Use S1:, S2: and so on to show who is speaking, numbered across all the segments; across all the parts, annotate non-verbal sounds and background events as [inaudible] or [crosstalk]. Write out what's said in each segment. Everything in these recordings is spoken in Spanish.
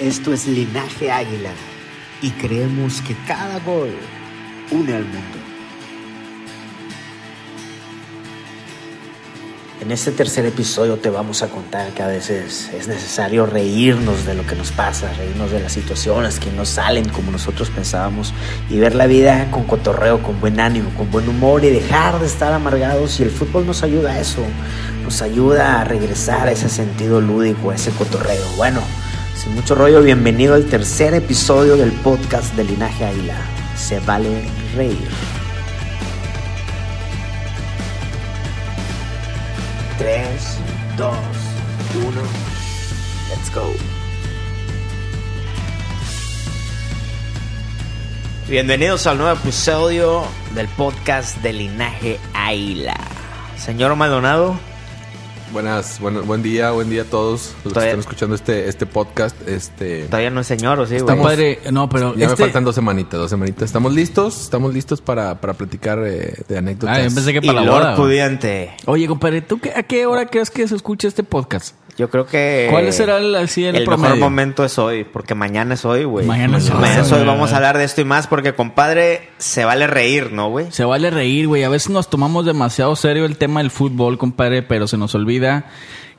S1: Esto es Linaje Águila y creemos que cada gol une al mundo. En este tercer episodio te vamos a contar que a veces es necesario reírnos de lo que nos pasa, reírnos de las situaciones que no salen como nosotros pensábamos y ver la vida con cotorreo, con buen ánimo, con buen humor y dejar de estar amargados y el fútbol nos ayuda a eso, nos ayuda a regresar a ese sentido lúdico, a ese cotorreo. Bueno, sin mucho rollo, bienvenido al tercer episodio del podcast de Linaje Águila. Se vale reír. Tres, dos, uno, let's go. Bienvenidos al nuevo episodio del podcast de Linaje Águila. Señor Maldonado,
S2: Buenas, buen, buen día, buen día a todos los que
S1: Todavía-
S2: están escuchando este, este podcast. Este,
S1: todavía no es señor, ¿o sí, güey?
S2: Estamos-
S3: Compadre, no, pero
S2: Pues, ya me
S3: este-
S2: faltan dos semanitas, dos semanitas. ¿Estamos listos? ¿Estamos listos para, para platicar eh, de anécdotas?
S3: Ah, yo pensé que
S1: Y
S3: para la
S1: Lord
S3: boda. güey.
S1: Pudiente.
S3: Oye, compadre, ¿tú qué- a qué hora crees que se escucha este podcast?
S1: Yo creo que.
S3: ¿Cuál será el- así el
S1: Eh, mejor
S3: promedio?
S1: momento es hoy? Porque mañana es hoy, güey.
S3: Mañana es hoy.
S1: hoy. Vamos a hablar de esto y más porque, compadre, se vale reír, ¿no, güey?
S3: Se vale reír, güey. A veces nos tomamos demasiado serio el tema del fútbol, compadre, pero se nos olvida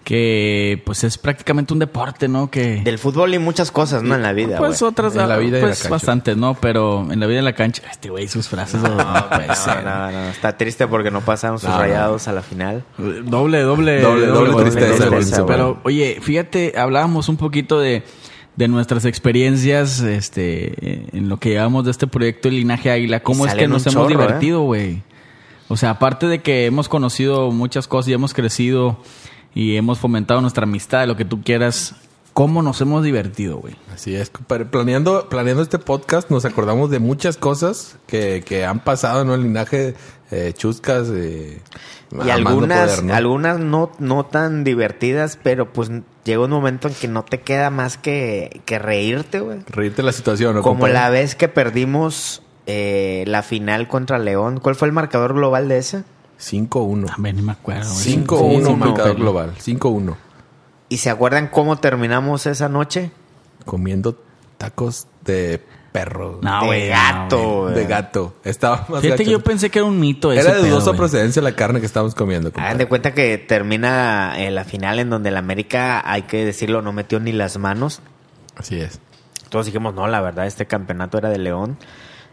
S3: que pues es prácticamente un deporte, ¿no? Que
S1: Del fútbol y muchas cosas, ¿no? En la vida, güey.
S3: pues otras
S2: En la vida y en la
S3: pues
S2: cancha.
S3: bastantes, ¿no? Pero en la vida de la cancha, este güey sus frases no, puede
S1: No,
S3: ser.
S1: no, no. Está triste porque no pasaron sus
S2: No, no.
S1: rayados a la final.
S3: Doble, doble,
S2: Doble, doble
S1: tristeza,
S3: doble
S1: tristeza, güey.
S3: Pero, oye, fíjate, hablábamos un poquito de, de nuestras experiencias este, en lo que llevamos de este proyecto El Linaje Águila. ¿Cómo es que
S1: salen
S3: nos
S1: un
S3: hemos
S1: chorro,
S3: divertido, güey? O sea, aparte de que hemos conocido muchas cosas y hemos crecido y hemos fomentado nuestra amistad, lo que tú quieras, ¿cómo nos hemos divertido, güey?
S2: Así es, compadre. Planeando, planeando este podcast nos acordamos de muchas cosas que, que han pasado, ¿no? El linaje eh, chuscas. eh, a más
S1: Y
S2: no
S1: algunas,
S2: poder, ¿no?
S1: algunas no, no tan divertidas, pero pues llega un momento en que no te queda más que, que reírte, güey.
S2: Reírte de la situación, ¿no,
S1: Como
S2: compadre?
S1: la vez que perdimos eh, la final contra León. ¿Cuál fue el marcador global de ese?
S2: 5-1.
S3: También ni me acuerdo. güey.
S2: 5-1
S3: Ah, Sí,
S2: marcador
S3: compadre.
S2: global. 5-1.
S1: ¿Y se acuerdan cómo terminamos esa noche?
S2: Comiendo tacos de perro.
S3: No,
S1: de
S3: güey. no,
S1: gato,
S3: güey.
S1: güey.
S2: De gato. Estaba más
S3: Eh, Fíjate
S2: gacho.
S3: que yo pensé que era un mito ese
S2: Era de
S3: pedo,
S2: dudosa
S3: güey.
S2: procedencia la carne que estábamos comiendo.
S1: Hagan
S2: compadre.
S1: Ah, de cuenta que termina eh, la final en donde el América, hay que decirlo, no metió ni las manos.
S2: Así es.
S1: Todos dijimos, no, la verdad, este campeonato era de León.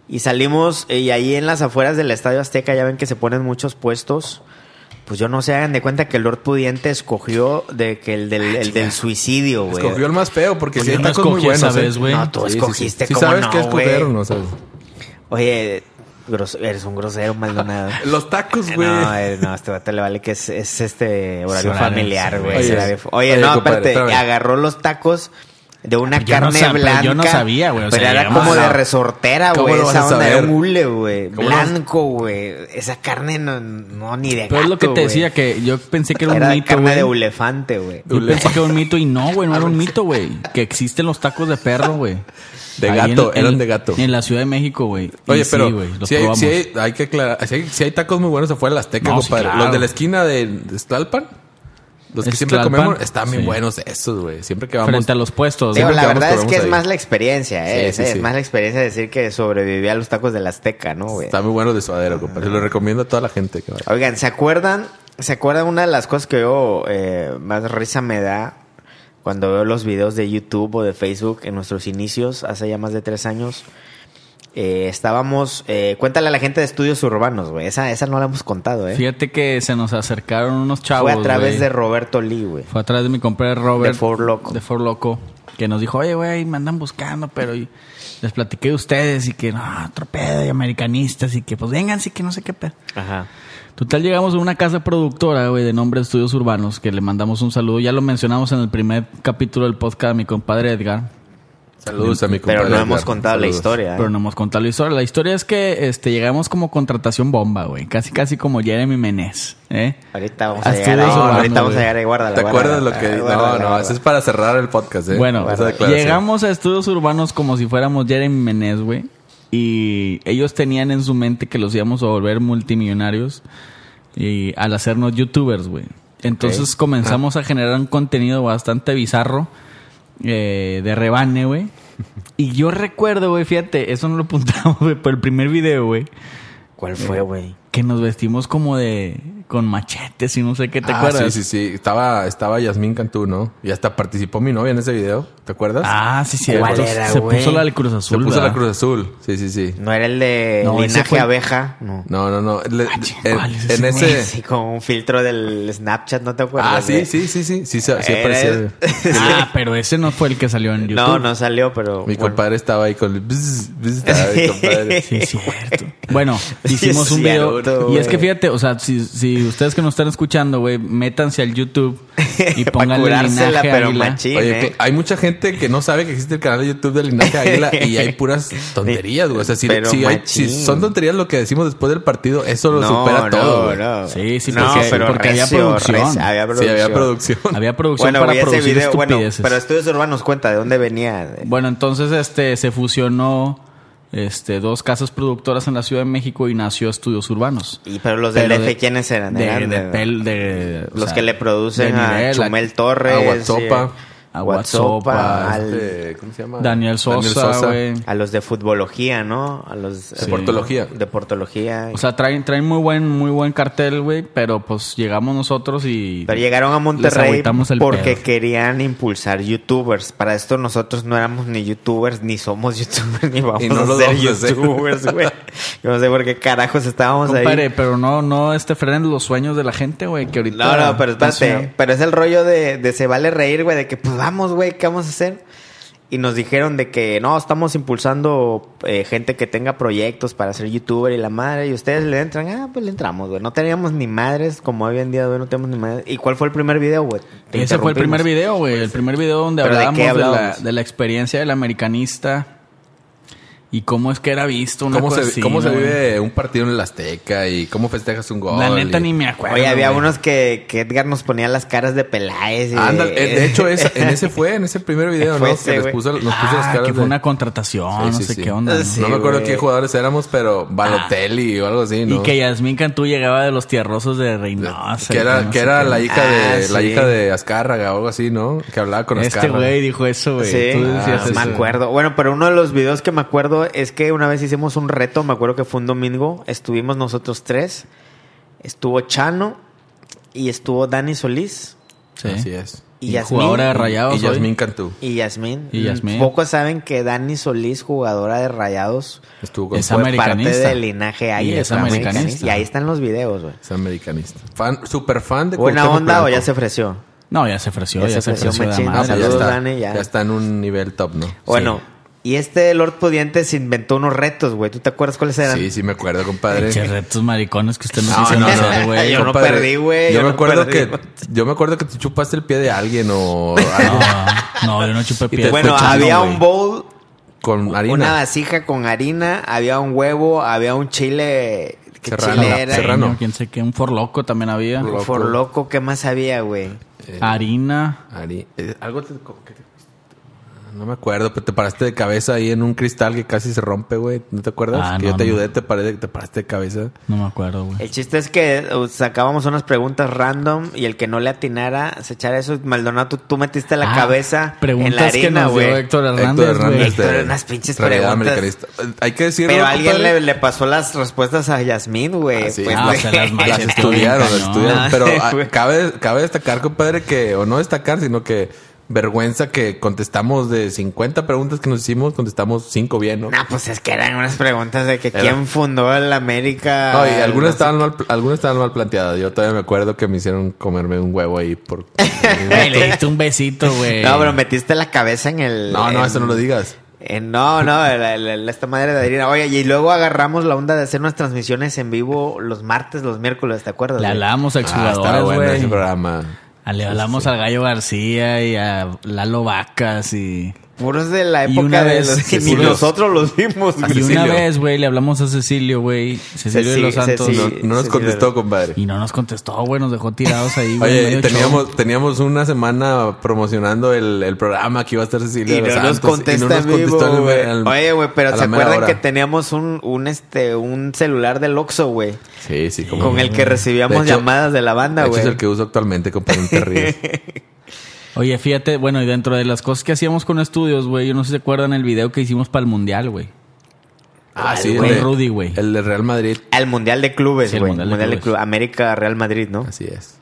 S1: Y salimos, eh, y ahí en las afueras del Estadio Azteca ya ven que se ponen muchos puestos. Pues yo no sé, hagan de cuenta que el Lord Pudiente escogió de que el del, el del suicidio, güey.
S2: Ah, Escogió el más feo porque
S3: Pues
S2: sí
S3: yo
S2: hay
S3: no
S2: tacos muy
S3: escogí esa
S2: buenos. ¿eh?
S3: vez, güey.
S1: No, tú
S2: Sí, sí, sí.
S1: escogiste
S2: Sí
S1: como
S2: sabes
S1: no,
S2: qué escoger o
S1: güey.
S2: no sabes.
S1: Oye, gros- eres un grosero, Maldonado.
S2: Los tacos,
S3: Pues,
S2: güey.
S1: No, eh, no, a este vato le vale que es, es este horario
S3: horario,
S1: familiar,
S3: sí,
S1: güey.
S2: oye,
S1: Es horario- Oye,
S2: oye,
S1: no,
S2: compadre,
S1: aparte,
S2: espérame.
S1: agarró los tacos de una
S3: Yo no
S1: carne
S3: sab- pero
S1: blanca.
S3: yo no sabía, güey, o
S1: Pero
S3: sea,
S1: era
S3: digamos,
S1: como de
S3: no.
S1: resortera,
S2: ¿Cómo
S1: güey.
S2: lo vas
S1: Esa
S2: a
S1: onda
S2: saber?
S1: era un hule, güey.
S2: ¿Cómo lo vas-
S1: Blanco, güey. Esa carne no, no ni de
S3: Pero es lo que
S1: gato,
S3: te
S1: güey.
S3: decía, que yo pensé que era un
S1: Era
S3: mito,
S1: carne
S3: güey.
S1: de elefante, güey.
S2: Pues
S3: Yo pensé que era un mito y no, güey,
S2: [laughs]
S3: no
S2: Ah,
S3: era un mito, güey. Que existen los tacos de perro, güey.
S2: De
S3: Ahí
S2: gato, eran de gato.
S3: En la Ciudad de México, güey. Y
S2: Oye,
S3: sí,
S2: pero
S3: güey, los
S2: si, hay,
S3: probamos.
S2: sí hay, hay que aclarar. Si hay, sí hay tacos muy buenos afuera de las tecas,
S3: No, sí,
S2: compadre.
S3: claro.
S2: Los de la esquina de, de Tlalpan, los que siempre
S3: Tlalpan,
S2: comemos, están bien
S3: sí.
S2: buenos esos, güey. Siempre que vamos.
S3: Frente a los puestos.
S1: Digo,
S3: ¿no?
S2: Siempre
S1: la
S2: que vamos,
S1: verdad es que es
S2: probamos ahí.
S1: más la experiencia, eh.
S2: Sí,
S1: es,
S2: sí,
S1: es
S2: sí.
S1: más la experiencia de decir que sobreviví a los tacos de la Azteca, ¿no, güey?
S2: Está muy bueno de suadero, compadre. Se lo recomiendo a toda la gente que vaya.
S1: Oigan, ¿se acuerdan? ¿Se acuerdan una de las cosas que yo eh, más risa me da cuando veo los videos de YouTube o de Facebook en nuestros inicios, hace ya más de tres años? Eh, estábamos, eh, cuéntale a la gente de estudios urbanos, güey. Esa, esa no la hemos contado, ¿eh?
S3: Fíjate que se nos acercaron unos chavos,
S1: Fue a través
S3: güey.
S1: de Roberto Lee, güey.
S3: Fue a través de mi compadre Robert.
S1: De Four Loko.
S3: De Four Loko, Que nos dijo, oye, güey, me andan buscando, pero y- les platiqué de ustedes y que, no, otro pedo y americanistas y que, pues, vengan, sí que no sé qué pedo.
S1: Ajá.
S3: Total, llegamos a una casa productora, güey, de nombre Estudios Urbanos, que le mandamos un saludo. Ya lo mencionamos en el primer capítulo del podcast a mi compadre Edgar.
S2: Saludos a mi
S1: Pero
S2: compadre
S1: no
S2: Edgar.
S1: hemos contado la
S2: Saludos.
S1: historia. ¿eh?
S3: Pero no hemos contado la historia. La historia es que este, llegamos como contratación bomba, güey. Casi, casi como Jeremy Menez. ¿eh?
S1: Ahorita vamos a
S3: Haz tú
S1: llegar
S3: de
S1: ahí.
S3: eso,
S1: ahorita
S3: vamos,
S1: vamos a
S3: güey.
S1: llegar ahí. Guárdala.
S2: ¿Te acuerdas
S1: guárdala,
S2: lo que.?
S1: guárdala,
S2: No,
S1: guárdala.
S2: no, eso es para cerrar el podcast, ¿eh?
S3: Bueno,
S2: Esa declaración.
S3: llegamos a estudios urbanos como si fuéramos Jeremy Menez, güey. Y ellos tenían en su mente que los íbamos a volver multimillonarios y al hacernos youtubers, güey. Entonces comenzamos a generar un contenido bastante bizarro eh, de rebane, güey. Y yo recuerdo, güey, fíjate, eso no lo apuntamos, [laughs] güey, por el primer video, güey,
S4: ¿Cuál fue, güey?
S3: que nos vestimos como de. con machetes y no sé qué, ¿te
S2: Ah,
S3: acuerdas?
S2: Sí, sí, sí. Estaba, estaba Yasmín Cantú, ¿no? Y hasta participó mi novia en ese video. ¿Te acuerdas?
S3: Ah, sí, sí.
S4: ¿Cuál
S3: se
S4: era,
S3: puso
S4: güey?
S3: la del Cruz Azul.
S2: Se puso
S3: ¿verdad?
S2: la Cruz Azul. Sí, sí, sí.
S1: No era el de
S3: No, ese
S1: linaje
S3: fue-
S1: abeja. No.
S2: No, no, no. Le-
S3: Ah, ching,
S2: en
S3: ¿cuál es
S2: en
S3: ese, güey?
S2: ese.
S1: Sí, con un filtro del Snapchat, ¿no te acuerdas?
S2: Ah, sí,
S1: güey?
S2: sí, sí, sí. Sí, se- sí
S1: Era el- [laughs]
S2: aparecía.
S3: Ah, pero ese no fue el que salió en YouTube.
S1: No, no salió, pero.
S2: Mi
S1: bueno.
S2: compadre estaba ahí con el bzz, bzz, estaba ahí,
S1: Sí. [laughs]
S2: compadre.
S3: Sí, es cierto. Bueno,
S1: Sí,
S3: hicimos
S1: es
S3: un video.
S1: cierto,
S3: y es que
S1: güey.
S3: fíjate, o sea, si, si ustedes que nos están escuchando, güey, métanse al YouTube
S1: [laughs]
S3: y
S1: Pa'
S3: pónganle
S1: curársela,
S3: linaje
S1: pero
S3: águila.
S1: machín,
S2: Oye,
S1: ¿eh?
S2: que hay mucha gente que no sabe que existe el canal de YouTube de Linaje Águila y
S1: [laughs]
S2: hay puras tonterías, güey. O sea, si,
S1: Pero
S2: si hay-
S1: machín.
S2: si son tonterías lo que decimos después del partido, eso lo
S1: no,
S2: supera todo. güey.
S1: No, no.
S3: Sí, sí, porque- porque había producción.
S1: había
S2: Sí,
S1: producción.
S2: había producción.
S3: Había producción
S1: Bueno,
S3: para
S1: güey, ese
S3: producir
S1: video, bueno,
S3: estupideces.
S1: pero
S3: Bueno,
S1: Estudios Urbanos cuenta de dónde venía. de-
S3: entonces este se fusionó este dos casas productoras en la Ciudad de México y nació Estudios Urbanos.
S1: Y, pero los del
S3: Pero
S1: DF,
S3: de-
S1: ¿quiénes eran?
S3: de-
S1: Eran
S3: de pel- de- o
S1: los
S3: sea,
S1: que le producen
S3: de
S1: a
S3: nivel,
S1: Chumel Torres,
S2: a Guatsopa.
S1: a
S3: A Guatsopa,
S1: Guatsopa, al-
S2: Este, ¿Cómo se llama?
S3: Daniel Sosa, güey.
S1: a los de futbología, ¿no? A los de
S2: Deportología.
S1: Deportología.
S3: O sea, traen, traen muy buen, muy buen cartel, güey, pero pues llegamos nosotros y...
S1: Pero llegaron a
S3: Les
S1: Monterrey
S3: agüitamos el
S1: porque
S3: pedo.
S1: querían impulsar youtubers. Para esto nosotros no éramos ni youtubers, ni somos [laughs] youtubers, ni vamos
S2: Y no
S1: a
S2: lo
S1: ser
S2: vamos a hacer.
S1: youtubers, güey. Yo no sé por qué carajos estábamos
S3: Compadre,
S1: ahí.
S3: pero no, no este frenen los sueños de la gente, güey, que ahorita...
S1: No, no, pero
S3: están
S1: espérate.
S3: soñando.
S1: Pero es el rollo de, de se vale reír, güey, de que pues vamos, güey, ¿qué vamos a hacer? Y nos dijeron de que no, estamos impulsando eh, gente que tenga proyectos para ser youtuber y la madre. Y ustedes le entran, ah, pues le entramos, güey. No teníamos ni madres, como hoy en día, güey, no tenemos ni madres. ¿Y cuál fue el primer video, güey? Te
S3: Ese fue el primer
S1: interrumpimos. Pues,
S3: video, güey. El primer video donde
S1: ¿Pero de
S3: hablábamos,
S1: qué
S3: de, la,
S1: hablábamos?
S3: de la experiencia del americanista y cómo es que era visto una
S2: ¿Cómo,
S3: cosa
S2: se,
S3: así,
S2: ¿Cómo se
S3: güey.
S2: vive un partido en el Azteca y cómo festejas un gol?
S3: La neta
S2: y-
S3: ni me acuerdo,
S1: Oye, había
S3: güey.
S1: unos que, que Edgar nos ponía las caras de Peláez. y
S3: Ah,
S2: Ándale, eh, de hecho,
S1: [laughs]
S2: es- en ese fue, en ese primer video, ¿no?
S1: Fue
S2: Que
S1: ese,
S2: les
S1: güey.
S2: puso, nos puso las
S3: Ah,
S2: caras
S3: que fue
S2: de-
S3: una contratación,
S2: Sí,
S3: no
S2: sí,
S3: sé
S2: sí.
S3: qué onda. ¿no?
S1: Sí,
S2: no me acuerdo
S1: güey.
S2: qué jugadores éramos, pero Balotelli o algo así, ¿no?
S3: Y que Yasmín Cantú llegaba de los tierrosos de Reynosa.
S2: que
S3: y
S2: era,
S3: no
S2: que
S3: sé
S2: era
S3: qué.
S2: la hija de
S1: Ah,
S2: la
S1: sí.
S2: hija de Azcárraga o algo así, ¿no? Que hablaba con
S3: Este
S2: Azcárraga.
S3: güey dijo eso, güey.
S1: Sí,
S3: Tú
S1: ah,
S3: decías
S1: me
S3: eso.
S1: acuerdo. Bueno, pero uno de los videos que me acuerdo es que una vez hicimos un reto, me acuerdo que fue un domingo, estuvimos nosotros tres, estuvo Chano y estuvo Dani Solís
S3: Sí.
S2: Así es.
S1: y,
S3: Y
S1: Yasmín.
S3: jugadora de Rayados.
S2: Y
S3: soy.
S2: Yasmín Cantú.
S1: Y Yasmín.
S3: Y Yasmín.
S1: Pocos saben que Dani Solís, jugadora de Rayados,
S2: Estuvo con
S3: Es
S2: fue
S1: fue parte
S3: Americanista.
S1: del linaje ahí.
S3: es americanista.
S1: Y ahí están los videos, güey.
S2: Es americanista. Fan, super fan de
S1: ¿Buena
S2: Cuauhtémoc
S1: onda o
S2: Blanco.
S1: ya se ofreció?
S3: No, ya se ofreció,
S1: Ya
S3: ya,
S1: se
S3: se
S1: ofreció
S3: ofreció
S1: machín.
S3: de
S2: Ah,
S3: madre.
S2: pues ya
S1: Saludos,
S2: está.
S1: Dani, ya.
S2: ya está en un nivel top, ¿no?
S1: Bueno, y este Lord Pudiente se inventó unos retos, güey. ¿Tú te acuerdas cuáles eran?
S2: Sí, sí me acuerdo, compadre.
S3: Pinches retos maricones que usted no,
S2: No,
S3: quiso
S2: no,
S1: [laughs]
S3: hacer,
S2: no,
S3: güey.
S1: Yo no
S2: compadre.
S1: perdí, güey,
S2: Yo,
S1: yo
S2: me
S1: no
S2: acuerdo
S1: perdí.
S2: que yo me acuerdo que te chupaste el pie de alguien o
S1: [laughs]
S2: algo
S3: No, no, yo no chupé
S2: te
S3: piedra.
S1: bueno,
S2: escuchas,
S1: había
S2: no,
S1: un
S2: güey.
S1: bowl,
S2: con harina.
S1: una vasija con harina, había un huevo, había un chile. ¿Qué
S2: Serrano,
S1: chile era?
S2: serrano.
S3: Quién sé qué, un forloco también había.
S2: Forloco.
S1: Por loco, ¿qué más había, güey?
S3: Harina.
S2: Ari, eh, algo te- co- que te- No me acuerdo, pero te paraste de cabeza ahí en un cristal que casi se rompe, güey. ¿No te acuerdas?
S3: Ah,
S2: que
S3: no,
S2: yo te
S3: no.
S2: ayudé, te, paré de- te paraste de cabeza.
S3: No me acuerdo, güey.
S1: El chiste es que uh, sacábamos unas preguntas random y el que no le atinara se echara eso. Maldonado, tú, tú metiste la
S3: Ah,
S1: cabeza en la
S3: Preguntas que
S1: harina,
S3: nos dio
S1: güey.
S3: Héctor
S2: Héctor
S3: Hernández, güey.
S2: Hernández
S1: Héctor,
S2: de
S1: unas pinches
S2: Realidad
S1: preguntas.
S2: Americanista. Eh, Hay que decirlo.
S1: Pero alguien le,
S2: compadre.
S1: le pasó las respuestas a Yasmín, güey.
S2: Ah, sí.
S1: Pues,
S2: Ah,
S1: güey.
S3: o sea, las
S2: las
S3: macheteó
S2: estudiaron,
S3: bien
S2: las
S3: cañón.
S2: estudiaron.
S1: No,
S2: Pero
S1: sí,
S2: ah,
S1: güey.
S2: cabe, cabe destacar, compadre, que, o no destacar, sino que vergüenza que contestamos de 50 preguntas que nos hicimos, contestamos 5 bien, ¿no?
S1: No, pues es que eran unas preguntas de que
S2: Era.
S1: quién fundó el América.
S2: No, y algunas,
S1: No sé
S2: estaban mal, algunas estaban mal planteadas. Yo todavía me acuerdo que me hicieron comerme un huevo
S1: [laughs]
S2: ahí por...
S3: Güey, [laughs] Le diste un besito, güey.
S1: No, pero metiste la cabeza en el.
S2: No, no,
S1: en-
S2: eso no lo digas.
S1: Eh, no, no, la- la- la- esta madre de Adriana. Oye, y luego agarramos la onda de hacer unas transmisiones en vivo los martes, los miércoles, ¿te acuerdas?
S3: Le
S1: güey?
S3: hablamos a
S2: Ah,
S3: exjugadores,
S2: está bueno
S3: güey.
S2: ese programa.
S3: Ah, Le hablamos al Gallo García y a Lalo Vacas y...
S1: Puros de la
S3: Y
S1: época
S3: una
S1: de
S3: vez-
S1: los que ni
S2: Puros-
S1: nosotros los vimos, güey.
S3: Y una
S2: Cecilio.
S3: vez, güey, le hablamos a Cecilio, güey. Cecilio de los
S1: Ceci-
S3: Santos.
S1: Ceci-
S2: No,
S1: Sí,
S2: no nos
S1: sí,
S2: contestó,
S1: sí.
S2: compadre.
S3: Y no nos contestó, güey. Nos dejó tirados ahí, güey.
S2: Oye,
S3: medio
S2: y teníamos, teníamos una semana promocionando el, el programa que iba a estar Cecilia
S1: Y
S2: de los
S1: no nos
S2: Santos,
S1: contesta
S2: y no nos
S1: en vivo,
S2: contestó en el-
S1: güey.
S2: al-
S1: Oye, güey,
S2: a
S1: pero
S2: la
S1: ¿se
S2: mera
S1: acuerdan
S2: hora.
S1: que teníamos un, un, este, un celular del Oxxo, güey?
S2: Sí, sí. como-
S1: Con el que recibíamos
S2: De hecho-
S1: llamadas de la banda,
S2: de hecho,
S1: güey.
S2: es el que uso actualmente, compadre.
S1: [laughs]
S2: No te ríes.
S3: show. Oye, fíjate, bueno, y dentro de las cosas que hacíamos con estudios, güey, yo no sé si se acuerdan el video que hicimos para el Mundial, güey.
S2: Ah, sí.
S3: Con
S2: el de-
S3: Rudy, güey.
S2: El de Real Madrid.
S1: Al Mundial de Clubes,
S3: Sí, el
S1: güey.
S3: Mundial
S1: Mundial,
S3: de
S1: de
S3: Clubes.
S1: Clubes. América, Real Madrid, ¿no?
S2: Así es.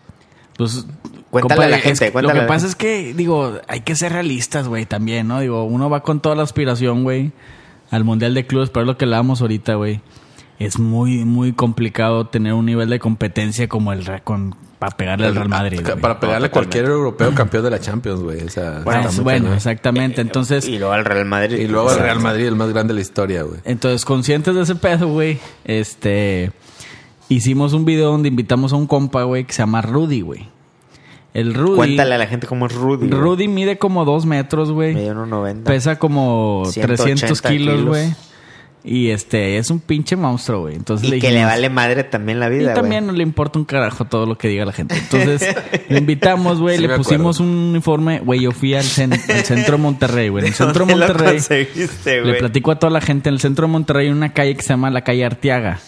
S3: Pues.
S1: Cuéntale a la gente,
S3: es que
S1: cuéntale a
S3: Lo que
S1: la
S3: pasa es que, digo, hay que ser realistas, güey, también, ¿no? Digo, uno va con toda la aspiración, güey, al Mundial de Clubes, pero es lo que hablábamos ahorita, güey. Es muy, muy complicado tener un nivel de competencia como el Ra- con para pegarle al Real Madrid.
S1: Ah,
S2: Ca-
S3: güey.
S2: Para pegarle a
S3: Totalmente.
S2: cualquier europeo campeón de la Champions, güey. O sea,
S3: Ah,
S2: está
S3: es-
S2: muy
S3: bueno,
S2: cañón. Eh,
S3: exactamente. Entonces,
S1: Y luego al Real Madrid.
S2: Y luego el Real Madrid, el más grande de la historia, güey.
S3: Entonces, conscientes de ese pedo, güey, este. Hicimos un video donde invitamos a un compa, güey, que se llama Rudy, güey. El Rudy.
S1: Cuéntale a la gente cómo es Rudy. güey.
S3: Rudy mide como dos metros, güey.
S1: Medio 1.90.
S3: Pesa como
S1: 180
S3: 300 kilos,
S1: kilos.
S3: güey. Y este, es un pinche monstruo, güey. Entonces
S1: Y que le
S3: dijimos-
S1: vale madre también la vida,
S3: y
S1: güey. [laughs]
S3: también no le importa un carajo todo lo que diga la gente. Entonces, le invitamos, güey,
S2: Sí
S3: le
S2: me
S3: pusimos un uniforme. Güey, yo fui al, cen- al centro de Monterrey, güey.
S1: [laughs]
S3: En el centro de
S1: ¿Dónde lo
S3: Monterrey.
S1: conseguiste,
S3: Le
S1: güey?
S3: platico a toda la gente, en el centro de Monterrey hay una calle que se llama la calle Arteaga.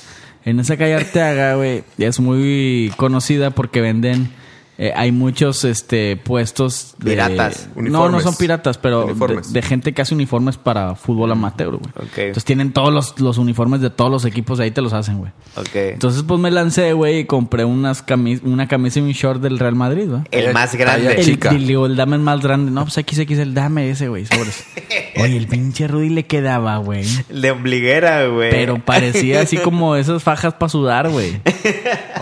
S3: En esa calle Arteaga, güey, es muy conocida porque venden... eh, hay muchos este puestos de...
S1: Piratas.
S3: No, no son
S2: Uniformes.
S3: piratas, pero de,
S2: Uniformes.
S3: de gente que hace uniformes para fútbol amateur, güey.
S1: Ok.
S3: Entonces tienen todos los, los uniformes de todos los equipos, ahí te los hacen, güey.
S1: Ok.
S3: Entonces, pues me lancé, güey, y compré unas camis una camisa y un short del Real Madrid, güey.
S1: el más
S2: Talla
S1: grande.
S3: El,
S2: chica.
S3: y digo, el dame el más grande. No, pues XX, el dame ese, güey.
S1: [laughs]
S3: sobres. Oye, el pinche Rudy le quedaba, güey.
S1: De ombliguera, güey. [laughs]
S3: Pero parecía así como esas fajas para sudar, güey.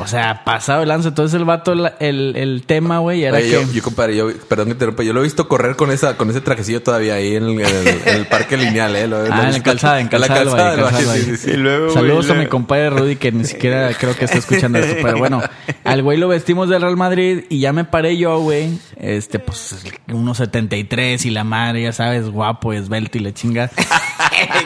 S3: O sea, pasado el lance. Entonces el vato, la- el, el tema, güey, era
S2: Oye,
S3: que...
S2: yo, yo, compadre, yo, perdón que te interrumpa, yo lo he visto correr con esa, con ese trajecillo todavía ahí en el, en el- en el parque lineal, eh. Lo- lo he
S3: Ah, en la
S2: visto-
S3: calzada, en calzada,
S2: la
S3: güey,
S2: calzada, del
S3: calzada,
S2: Valle,
S3: güey.
S2: sí, sí,
S1: Y
S2: sí.
S1: luego, güey,
S3: Saludos a
S1: luego-
S3: mi compadre Rudy, que ni siquiera creo que está escuchando esto. Pero bueno, al güey lo vestimos del Real Madrid y ya me paré yo, güey. Este, pues, unos 73 y la madre, ya sabes, guapo, esbelto y le
S1: [laughs]
S3: chinga.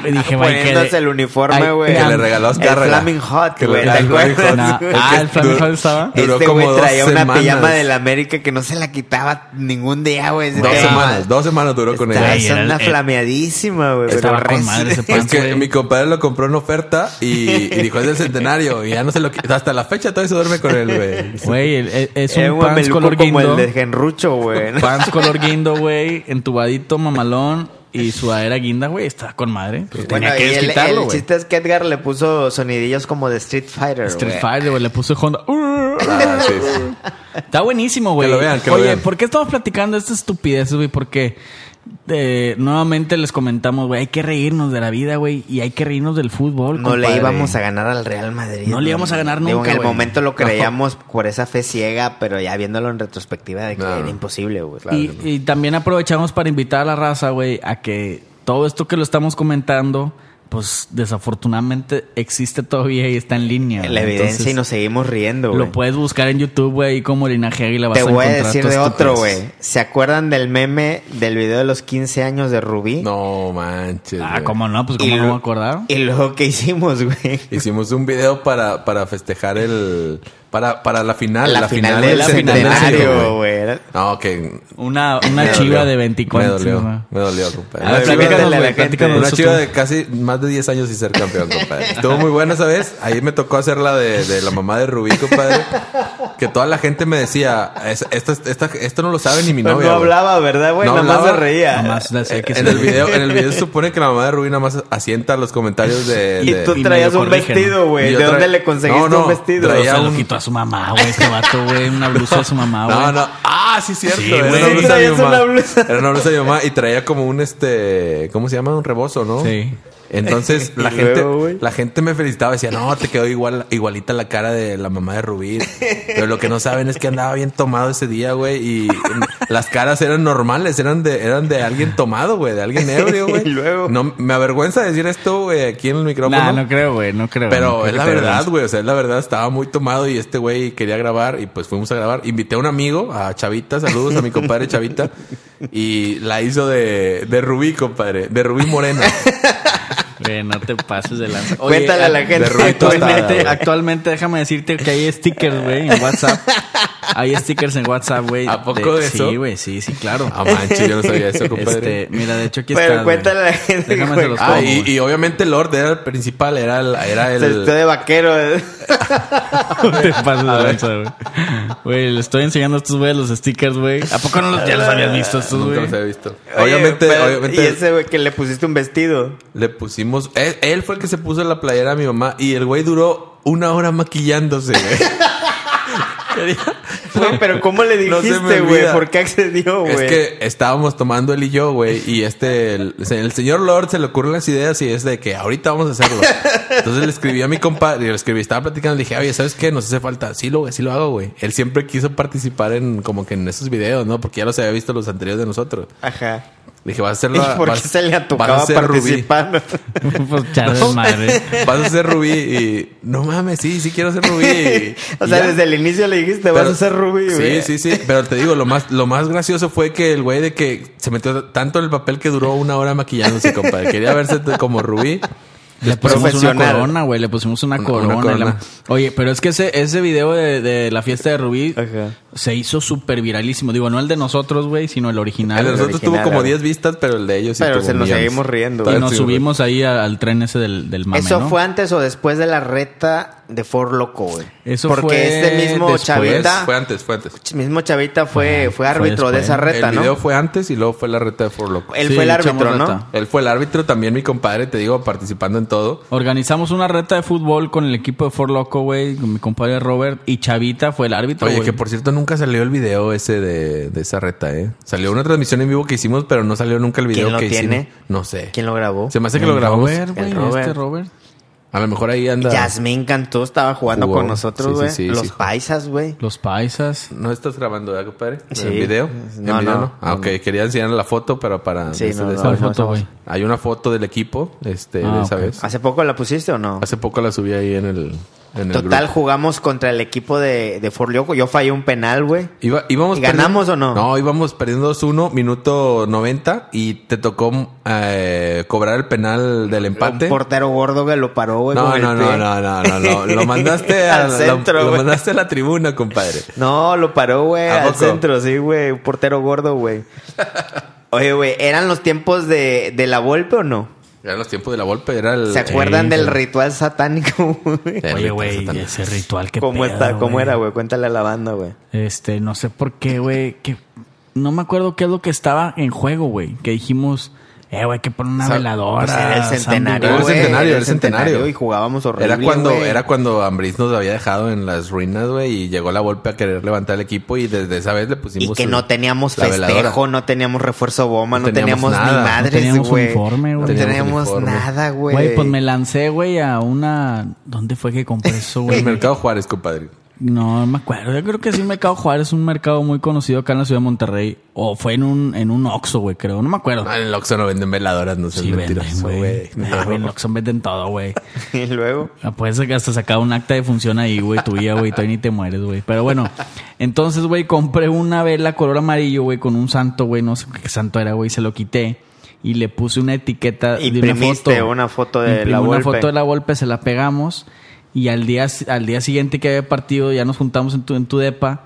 S3: Y dije, güey,
S1: Poniéndose
S3: quedé-
S1: el
S3: Ay,
S1: uniforme, güey.
S2: Que
S3: am-
S2: le regaló a
S1: El
S2: Azcárraga.
S1: Flaming Hot,
S2: Que le
S1: güey, ¿te
S2: regaló el
S1: acuerdas?
S2: Flaming Hot.
S3: No, ah,
S2: Es que
S3: el Flaming
S2: dur-
S3: Hot estaba.
S2: Duró
S1: Este
S2: como
S1: güey
S2: dos
S1: traía una
S2: semanas.
S1: pijama de la América que no se la quitaba ningún día, güey.
S2: Dos
S1: Estaba-
S2: semanas, dos semanas duró con
S1: Estaba
S2: ella.
S3: Ay,
S1: esa
S3: era-
S1: una
S3: eh,
S1: flameadísima, güey.
S3: [laughs] estaba
S1: pero
S3: con
S1: res- [laughs]
S3: madre ese
S2: Es
S3: pan,
S2: que
S3: güey.
S2: mi compadre lo compró en oferta y, y dijo es del centenario y ya no se lo quita. Hasta la fecha todavía se duerme con él, güey.
S3: Güey, el- el- es
S1: Era
S3: un pants
S1: mameluco
S3: color
S1: como el
S3: guindo.
S1: de Genrucho, güey. [laughs] ¿no?
S3: Pants color guindo, güey. Entubadito, mamalón. Y sudadera guinda, güey. Estaba con madre. Pues
S1: Bueno,
S3: tenía que
S1: y el,
S3: desquitarlo,
S1: el
S3: güey.
S1: chiste es que Edgar le puso sonidillos como de Street Fighter,
S3: Street
S1: güey.
S3: Fighter, güey. Le puse Honda.
S2: Ah, sí, sí.
S3: Está buenísimo, güey.
S2: Que lo vean, que lo
S3: Oye,
S2: vean.
S3: ¿por qué estamos platicando de estas estupideces, güey? Porque eh, nuevamente les comentamos, güey, hay que reírnos de la vida, güey. Y hay que reírnos del fútbol,
S1: No le
S3: compadre.
S1: íbamos a ganar al Real Madrid.
S3: No le íbamos a ganar
S1: Digo,
S3: nunca,
S1: en el
S3: güey.
S1: momento lo
S3: No.
S1: creíamos por esa fe ciega, pero ya viéndolo en retrospectiva de que
S2: No.
S1: era imposible, güey.
S3: Y, y también aprovechamos para invitar a la raza, güey, a que todo esto que lo estamos comentando, pues desafortunadamente existe todavía y está en línea. güey.
S1: la evidencia
S3: Entonces,
S1: y nos seguimos riendo, güey.
S3: Lo puedes buscar en YouTube, güey, como Linaje y la vas
S1: Te
S3: a
S1: voy a
S3: encontrar
S1: decir
S3: todas
S1: de
S3: tus
S1: otro,
S3: cosas.
S1: güey. ¿Se acuerdan del meme del video de los 15 años de Rubí?
S2: No manches.
S3: Ah,
S2: güey.
S3: ¿cómo no? Pues cómo
S1: Y
S3: no
S1: lo-
S3: me acordaba.
S1: Y luego, ¿qué hicimos, güey?
S2: Hicimos un video para, para festejar el. Para, para la final.
S1: Ah, La, final, del
S3: la final del
S1: centenario, güey. Era-
S2: No, que.
S3: Una,
S2: me
S3: una chiva
S2: dolió.
S3: de
S2: Me
S3: 24.
S2: dolió,
S3: güey.
S2: me dolió, compadre.
S3: A
S2: Una
S3: ver,
S2: chiva-
S1: platícanos,
S3: platícanos,
S1: Cuéntale a la
S3: güey,
S1: gente.
S3: platícanos
S2: Una
S3: eso
S2: chiva
S3: tú.
S2: de casi más de 10 años y ser campeón, compadre. Estuvo muy buena esa vez. Ahí me tocó hacer la de, de la mamá de Rubí, compadre. Que toda la gente me decía, "Es- esta- esta- esto no lo sabe ni mi
S1: No,
S2: novia. güey".
S1: hablaba, ¿verdad, güey?
S2: No
S1: Nada más se
S2: hablaba.
S1: reía.
S3: Nada más decía que
S2: En
S3: sí.
S2: el video, en el video se supone que la mamá de Rubí nada más asienta los comentarios de...
S1: Y
S2: de-
S1: tú
S3: y
S1: traías
S3: medio
S1: un
S3: corrigen.
S1: vestido,
S2: Y
S1: güey.
S2: yo
S1: ¿De
S2: tra-
S1: dónde le conseguiste
S2: No, no,
S1: un vestido?
S2: traía-
S3: Se
S2: ya
S3: lo
S2: un-
S3: quitó a su mamá, güey, este vato, güey. Una blusa de su mamá, güey.
S2: [laughs] No, no. Ah, sí, cierto.
S3: Sí,
S2: era
S3: güey.
S2: una blusa de mi
S1: Traías una
S2: mamá.
S1: blusa.
S2: Era una blusa de mi mamá y traía como un este. ¿Cómo se llama? Un rebozo, ¿no?
S3: Sí. [laughs]
S2: Entonces la
S1: Y
S2: gente,
S1: luego, güey.
S2: la gente me felicitaba, decía, no, te quedó igual, igualita la cara de la mamá de Rubí. Pero lo que no saben es que andaba bien tomado ese día, güey, y las caras eran normales, eran de, eran de alguien tomado, güey,
S1: [laughs]
S2: de alguien ebrio, güey.
S1: Y luego.
S2: No, me avergüenza decir esto, güey, aquí en el micrófono.
S3: Nah, no creo, güey, no creo. no
S2: Pero
S3: creo
S2: es
S3: que
S2: la
S3: te
S2: verdad,
S3: veas.
S2: güey. O sea, es la verdad. Estaba muy tomado y este güey quería grabar y pues fuimos a grabar. Invité a un amigo, a Chavita. Saludos a mi compadre Chavita. Y la hizo de, de Rubí, compadre. De Rubí Moreno.
S3: Güey, no te pases de
S2: [laughs]
S3: lanza.
S1: Cuéntale a la gente,
S2: derrotó a
S1: güey.
S2: Tada, güey.
S3: Actualmente, actualmente, déjame decirte que hay stickers, güey, en WhatsApp. Hay stickers en WhatsApp, güey.
S2: ¿A poco de eso?
S3: Sí, güey, sí, sí, claro.
S2: A manche, Ah, yo no sabía eso, compadre.
S3: [laughs] Este, mira, de hecho aquí
S1: Pero
S3: está. güey.
S1: cuéntale a la gente,
S3: Déjame
S1: güey.
S3: se los
S2: Ah,
S3: pongo,
S2: y,
S3: güey.
S2: y obviamente Lord era el principal, era el. Era
S1: Se
S2: el
S1: vistió de
S2: [laughs]
S1: vaquero.
S3: [laughs] No te pases de lanza, güey. Güey, le estoy enseñando a estos güeyes los stickers, güey. ¿A poco no los, ya los habías visto estos,
S2: nunca
S3: güey?
S2: los había visto.
S1: Oye,
S2: obviamente,
S1: pero-
S2: obviamente.
S1: Y ese güey que le pusiste un
S2: [laughs]
S1: vestido.
S2: Le pusimos. Él, él fue el que se puso la playera a mi mamá y el güey duró una hora maquillándose, güey.
S1: Güey, pero ¿cómo le
S2: No se me
S1: dijiste, güey?
S2: olvida.
S1: ¿Por qué accedió, güey?
S2: Es que estábamos tomando él y yo, güey, y este, el, el señor Lord se le ocurren las ideas y es de que ahorita vamos a hacerlo. Entonces le escribí a mi compadre, le escribí, estaba platicando, le dije, oye, ¿sabes qué? Nos hace falta. Sí, lo, sí lo hago, güey. Él siempre quiso participar en, como que en esos videos, ¿no? Porque ya los había visto los anteriores de nosotros.
S1: Ajá.
S2: Le dije, vas a
S1: ¿Y
S2: hacerlo.
S1: por qué
S2: vas-
S1: se le ha
S2: vas
S1: tocado
S2: a ser Rubí.
S1: participar?
S3: [laughs]
S1: [laughs]
S3: pues chale, madre.
S2: Vas a ser Rubí y no mames, sí, sí quiero ser Rubí. Y-
S1: [laughs] o
S2: y
S1: sea,
S2: ya.
S1: desde el inicio le dijiste, vas
S2: Pero-
S1: a ser Rubí, güey.
S2: Sí, sí, sí. Pero te digo, lo más, lo más gracioso fue que el güey de que se metió tanto en el papel que duró una hora maquillándose, compadre. Quería verse t- como Rubí.
S3: Le pusimos una
S1: profesional.
S3: corona, güey. Le pusimos una
S2: Una-
S3: corona.
S2: una corona.
S3: y la- Oye, pero es que ese, ese video de, de la fiesta de Rubí
S1: Ajá.
S3: se hizo súper viralísimo. Digo, no el de nosotros, güey, sino el original.
S2: El de
S3: güey.
S2: nosotros
S1: original,
S2: tuvo como
S1: güey.
S2: 10 vistas, pero el de ellos sí
S1: Pero
S2: tuvo
S1: se nos
S2: millones.
S1: seguimos riendo,
S3: y
S2: Todavía
S3: nos
S2: sí,
S3: subimos ahí al, al tren ese del, del mame,
S1: Eso
S3: ¿no?
S1: fue antes o después de la reta de For Loco, güey.
S3: Eso
S1: Porque
S3: fue
S1: este mismo
S3: después.
S1: chavita,
S2: Fue antes, fue antes.
S1: mismo chavita fue, fue
S3: fue
S1: árbitro de
S3: después.
S1: esa reta,
S2: el
S1: ¿no?
S2: video fue antes y luego fue la reta de For Loco.
S1: Él
S3: Sí,
S1: fue el
S3: echamos
S1: árbitro, ¿no?
S3: reta.
S2: Él fue el árbitro también, mi compadre, te digo, participando en todo.
S3: Organizamos una reta de fútbol con el equipo de Fort Loco, güey, con mi compadre Robert. Y Chavita fue el árbitro,
S2: Oye,
S3: güey.
S2: que por cierto nunca salió el video ese de, de esa reta, ¿eh? Salió una transmisión en vivo que hicimos, pero no salió nunca el
S1: ¿Quién
S2: video
S1: lo
S2: que
S1: tiene?
S2: hicimos. No sé.
S1: ¿Quién lo grabó?
S2: Se me hace que
S3: El
S2: lo grabamos.
S3: Robert, güey,
S1: El Robert.
S3: este Robert.
S2: A lo mejor ahí anda.
S1: Yasmín Cantú estaba jugando
S2: Jugó.
S1: con nosotros,
S2: Sí, sí,
S1: güey.
S2: sí,
S1: Los
S2: sí.
S1: paisas, güey.
S3: Los paisas.
S2: ¿No estás grabando, ¿verdad, compadre?
S1: Sí.
S2: ¿En video?
S1: No,
S2: ¿En video
S1: no.
S2: Ah, ok. Quería enseñar la foto, pero para...
S1: Sí,
S2: de ese-
S1: no,
S2: de
S1: no.
S2: esa-
S3: ¿Cuál
S1: no
S3: foto,
S1: somos-
S3: güey?
S2: Hay una foto del equipo, este,
S3: Ah,
S2: de esa
S3: ok.
S2: vez.
S1: ¿Hace poco la pusiste o no?
S2: Hace poco la subí ahí en el... en el
S1: Total,
S2: grupo.
S1: jugamos contra el equipo de, de Fort Loco. Yo fallé un penal, güey.
S2: Iba- íbamos
S1: ¿Y ganamos
S2: perdiendo-
S1: o no?
S2: No, íbamos perdiendo 2-1, minuto 90, y te tocó eh, cobrar el penal del empate.
S1: Un portero gordo que lo paró, güey.
S2: No,
S1: con el
S2: no,
S1: pie.
S2: no, no, no, no,
S1: [laughs]
S2: no. Lo mandaste
S1: Al
S2: a, la-
S1: centro,
S2: lo,
S1: güey.
S2: mandaste a la tribuna, compadre.
S1: No, lo paró, güey,
S2: ¿A
S1: al
S2: poco?
S1: centro, sí, güey. Un portero gordo, güey. Oye, güey, ¿eran los tiempos de, de la Volpe o no?
S2: Eran los tiempos de la golpe, era el.
S1: ¿Se acuerdan
S3: Sí,
S1: del
S3: güey.
S1: ritual satánico, [laughs] güey?
S2: el-
S3: Oye,
S2: el-
S3: güey,
S2: Satanás.
S3: ese ritual que
S1: ¿Cómo, está, ¿Cómo era, güey? Cuéntale a la banda, güey.
S3: Este, no sé por qué, güey. Que no me acuerdo qué es lo que estaba en juego, güey. Que dijimos, eh, güey, que poner una
S2: Sa-
S3: veladora.
S1: Pues era el centenario,
S2: Era el
S3: San
S1: güey.
S3: Miguel.
S2: centenario,
S1: Era
S2: era el centenario.
S1: Y jugábamos horrible,
S2: Era cuando,
S1: güey.
S2: era cuando Ambriz nos había dejado en las ruinas, güey, y llegó la golpe a querer levantar el equipo y desde esa vez le pusimos.
S1: Y que
S2: el-
S1: no teníamos
S2: pues, la
S1: festejo,
S2: veladora.
S1: no teníamos refuerzo bomba,
S2: No
S1: no, teníamos,
S2: teníamos nada. No
S1: ni madres,
S3: teníamos
S1: güey.
S3: uniforme,
S1: No
S3: güey.
S1: teníamos
S2: Teníamos uniforme.
S1: nada, güey.
S3: Güey, pues me lancé, güey, a una. ¿Dónde fue que compré eso,
S2: En [laughs] el
S3: güey?
S2: mercado Juárez, compadre.
S3: No, no me acuerdo. Yo creo que sí, Mercado Juárez es un mercado muy conocido acá en la ciudad de Monterrey. O fue en un, en un Oxxo, güey, creo. No me acuerdo.
S2: Ah, en el Oxxo no venden veladoras, no seas
S3: sí, venden,
S2: mentiroso,
S3: güey.
S2: güey.
S3: Ah, güey, En Oxxo venden todo, güey.
S1: [laughs] Y luego...
S3: Ah, Puedes hasta sacar un acta de función ahí, güey, tuya, güey, todavía ni te mueres, güey. Pero bueno, entonces, güey, compré una vela color amarillo, güey, con un santo, güey, no sé qué santo era, güey, se lo quité y le puse una etiqueta
S1: Imprimiste
S3: de
S1: una
S3: una
S1: foto
S3: foto.
S1: de
S3: Imprimí
S1: la
S3: una
S1: Volpe.
S3: foto de la golpe, se la pegamos y al día, al día siguiente que había partido ya nos juntamos en tu, en tu depa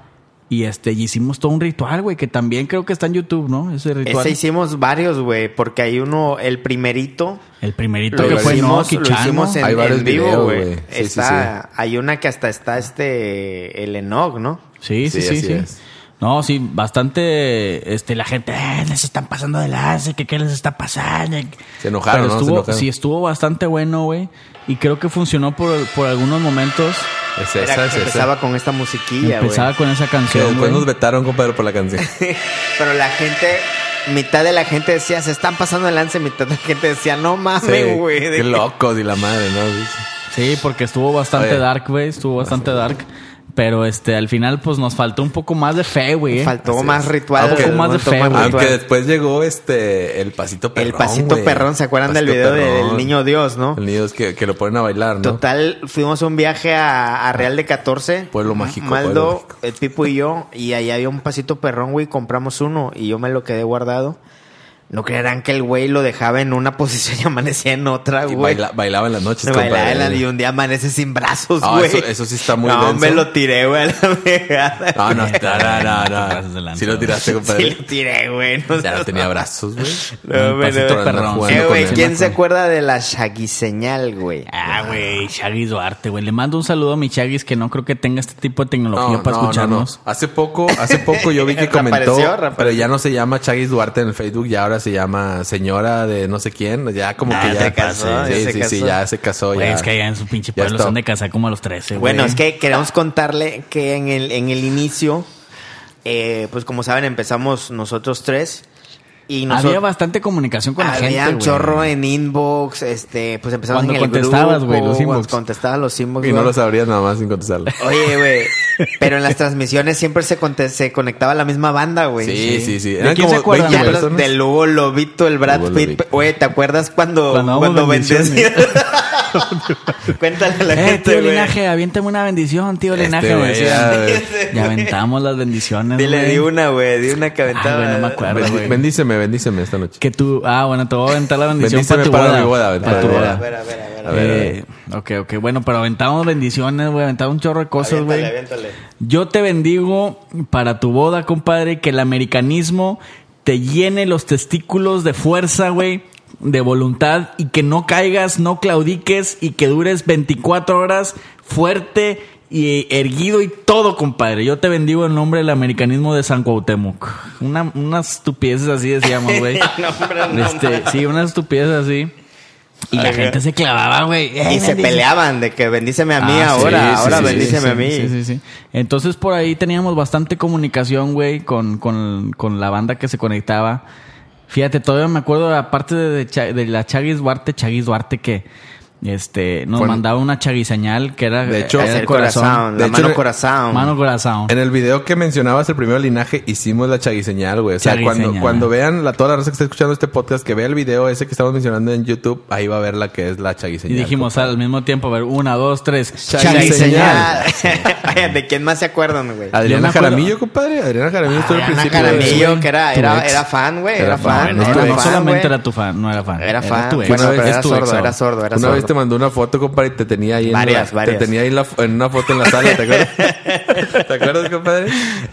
S3: y este y hicimos todo un ritual, güey, que también creo que está en YouTube, ¿no? Ese ritual.
S1: Ese hicimos varios, güey, porque hay uno, el primerito,
S3: El primerito
S1: lo
S2: pues,
S3: que fue no,
S1: hicimos, lo hicimos en,
S2: Hay varios
S1: en vivo,
S2: videos,
S1: güey.
S2: güey. Sí, sí,
S1: Está- Hay una que hasta está este, el Enoch, ¿no?
S3: Sí, sí,
S2: Sí,
S3: sí,
S2: así
S3: sí.
S2: es.
S3: No, sí, bastante, este, la gente, "Eh, les están pasando de lanza, que qué les está pasando.
S2: Se enojaron,
S3: Pero
S2: ¿no? Se
S3: estuvo,
S2: enojaron.
S3: sí, estuvo bastante bueno, güey. Y creo que funcionó por, por algunos momentos.
S2: Es
S1: Era
S2: esa,
S1: que
S2: es
S1: empezaba
S2: esa.
S1: con esta musiquilla, güey.
S3: Empezaba con esa
S2: Que
S3: canción,
S2: después
S1: [laughs]
S3: güey.
S2: nos vetaron, compadre, por la canción.
S1: Pero la gente mitad de la gente decía, se están pasando el lance, mitad de la gente decía, no mames, güey. de
S2: Qué
S1: que-
S2: loco, di la madre, ¿no?
S3: Sí, porque estuvo bastante
S2: Oye.
S3: dark, güey. Estuvo bastante dark. Pero este, al final, pues nos faltó un poco más de fe, güey. eh.
S1: Faltó
S2: Así
S1: más
S2: es.
S1: ritual.
S3: Aunque-
S1: güey,
S3: más de
S1: faltó
S3: fe, güey.
S2: Aunque
S1: ritual.
S2: después llegó este el pasito perrón.
S1: El pasito
S2: güey.
S1: perrón, ¿se acuerdan del video
S2: Pasito
S1: del
S2: perrón.
S1: niño Dios, no?
S2: El niño es que, que lo ponen a bailar, ¿no? Ah,
S1: Total, fuimos a un viaje a, a Real de 14.
S2: Pueblo mágico, pueblo
S1: Maldo,
S2: mágico.
S1: el Pipo y yo. Y ahí había un pasito perrón, güey. Compramos uno y yo me lo quedé guardado. No creerán que el güey lo dejaba en una [laughs] posición y amanecía en otra,
S2: Y
S1: güey.
S2: baila- bailaba en las noches,
S1: Me bailaba
S2: compadre.
S1: en la- y un día amanece sin brazos,
S2: Ah,
S1: güey.
S2: eso- eso sí está muy
S1: No,
S2: denso. Ah,
S1: me lo tiré, güey, a la [laughs] pegada.
S2: No, no, no, no,
S3: Te
S2: no,
S3: pasas de
S2: no.
S3: lanza,
S2: Si lo
S3: güey.
S1: Sí,
S2: tiraste, compadre.
S1: lo tiré, güey. No
S2: Ya
S1: seas
S2: no tenía brazos, güey.
S1: No, pero-
S2: Un pasito andar
S3: perrón.
S2: jugando
S1: Eh,
S2: con
S1: güey,
S2: él.
S1: ¿quién se acuerda de la Shaggy señal, güey?
S3: Ah, güey, Shaggy Duarte, güey. Le mando un saludo a mi Shaggy, que no creo que tenga este tipo de tecnología para escucharnos.
S2: Hace poco, hace poco yo
S1: [laughs]
S2: vi que comentó,
S1: Reapareció, reapareció.
S2: pero ya no se llama Chagis Duarte en el Facebook, ya ahora se llama señora de no sé quién, ya como
S1: Ah,
S2: que ya
S1: se casó,
S2: sí,
S1: ya se
S2: sí, sí,
S1: casó.
S2: ya se casó
S3: Güey,
S2: ya.
S3: es que allá en su pinche
S2: Ya
S3: pueblo
S2: está.
S3: son de casa como a los 13, güey.
S1: Bueno, es que queremos contarle que en el, en el inicio, eh, pues como saben, empezamos nosotros tres. Y
S3: Había
S1: nosotros
S3: bastante comunicación con la gente,
S1: un
S3: güey.
S1: chorro en inbox, este, pues empezamos
S3: Cuando
S1: en el
S3: contestabas,
S1: grupo,
S3: güey, los
S1: cuando
S3: inbox.
S1: contestabas los inbox,
S2: y no
S1: güey.
S2: lo sabrías nada más sin contestarlo.
S1: Oye, güey,
S3: [laughs]
S1: pero en las transmisiones siempre se, conte- se conectaba la misma banda, güey.
S2: Sí, sí, sí.
S3: ¿De
S2: Eran
S3: quién se
S2: como
S3: acuerdan,
S2: 20
S1: Ya lo-
S2: personas.
S1: del Hugo Lobito, el Brad
S2: Hugo
S1: Pitt.
S2: Lobito.
S1: Güey, ¿te acuerdas cuando,
S3: Cuando damos
S1: cuando
S3: bendiciones.
S1: bendecías? [laughs] Cuéntale a la
S3: Eh,
S1: gente,
S3: tío
S1: güey.
S3: Linaje, aviéntame una bendición, tío
S2: Este
S3: Linaje.
S2: güey,
S3: decían.
S2: ya-
S3: ya aventamos las bendiciones,
S1: Dile,
S3: güey.
S1: di una, güey, di una que
S3: Ay,
S1: aventaba.
S3: güey, no me acuerdo,
S2: Bendi-
S3: güey.
S2: Bendíceme, bendíceme esta noche.
S3: Que tú... Ah, bueno, te voy a aventar la bendición
S2: Bendíceme
S3: para tu
S2: para
S3: boda.
S2: mi boda,
S3: pa'
S2: para
S3: tu
S2: mi
S3: boda.
S2: boda.
S1: A ver, a ver, a ver.
S2: A ver, a ver.
S3: Eh, ok, ok. Bueno, pero aventamos bendiciones, güey. Aventamos un chorro de cosas,
S1: Aviéntale,
S3: güey.
S1: aviéntale.
S3: Yo te bendigo para tu boda, compadre, que el americanismo te llene los testículos de fuerza, güey, de voluntad y que no caigas, no claudiques y que dures 24 horas fuerte y erguido y todo, compadre. Yo te bendigo en nombre del americanismo de San Cuauhtémoc. Una, unas estupideces así decíamos,
S1: [laughs]
S3: güey.
S1: No, hombre, no,
S3: [laughs] Este, sí, unas estupideces así. Y la gente se clavaba, güey.
S1: Y se
S3: peleaba
S1: peleaban de que bendíceme a mí
S3: Ah, sí,
S1: ahora,
S2: sí,
S1: ahora
S2: sí,
S1: bendíceme a mí.
S3: Sí, sí, sí. Entonces por ahí teníamos bastante comunicación, güey, con, con, con la banda que se conectaba. Fíjate, todavía me acuerdo, aparte de, de, Cha- de la Chaguis Duarte, Chaguis Duarte que este, nos
S2: Con-
S3: mandaba una chaguiseñal que era,
S2: De hecho,
S3: era
S1: Es
S2: Hacer
S1: el corazón,
S2: De
S1: la
S2: hecho,
S1: mano
S2: le-
S1: corazón.
S3: Mano corazón.
S2: En el video que mencionabas, el primer linaje, hicimos la chaguiseñal, güey. O sea,
S3: Chaguiseñal.
S2: cuando, cuando vean la, toda la raza que está escuchando este podcast, que vea el video ese que estamos mencionando en YouTube, ahí va a ver la que es la
S3: y
S2: chaguiseñal.
S3: dijimos al mismo tiempo, a ver, una, dos, tres.
S1: Chagui
S2: Chaguiseñal.
S1: [laughs] señal. Oye, ¿de quién más se acuerdan, güey?
S3: Yo me
S2: Adriana
S3: acuerdo-
S2: Jaramillo, compadre. Adriana Jaramillo estuvo al
S1: Ana
S2: principio. de-
S1: Jaramillo, que era,
S2: tu
S1: era,
S2: ex.
S1: era fan, güey.
S2: Era
S1: Era
S2: fan,
S1: fan.
S3: No,
S2: era
S3: no,
S2: tu
S3: no
S2: ex,
S3: solamente
S1: güey.
S3: era tu fan, no era fan.
S1: Era fan.
S3: tu ex.
S1: Bueno,
S2: pero
S3: Era
S1: era
S3: tu ex,
S1: sordo,
S3: ahora.
S1: era sordo, era
S2: Una
S1: sordo.
S2: vez te mandó una foto, compadre, y te tenía ahí en
S1: Varias,
S2: la,
S1: varias.
S2: Te tenía ahí la fo- en una foto en la sala, ¿te acuerdas? ¿Te acuerdas, compadre?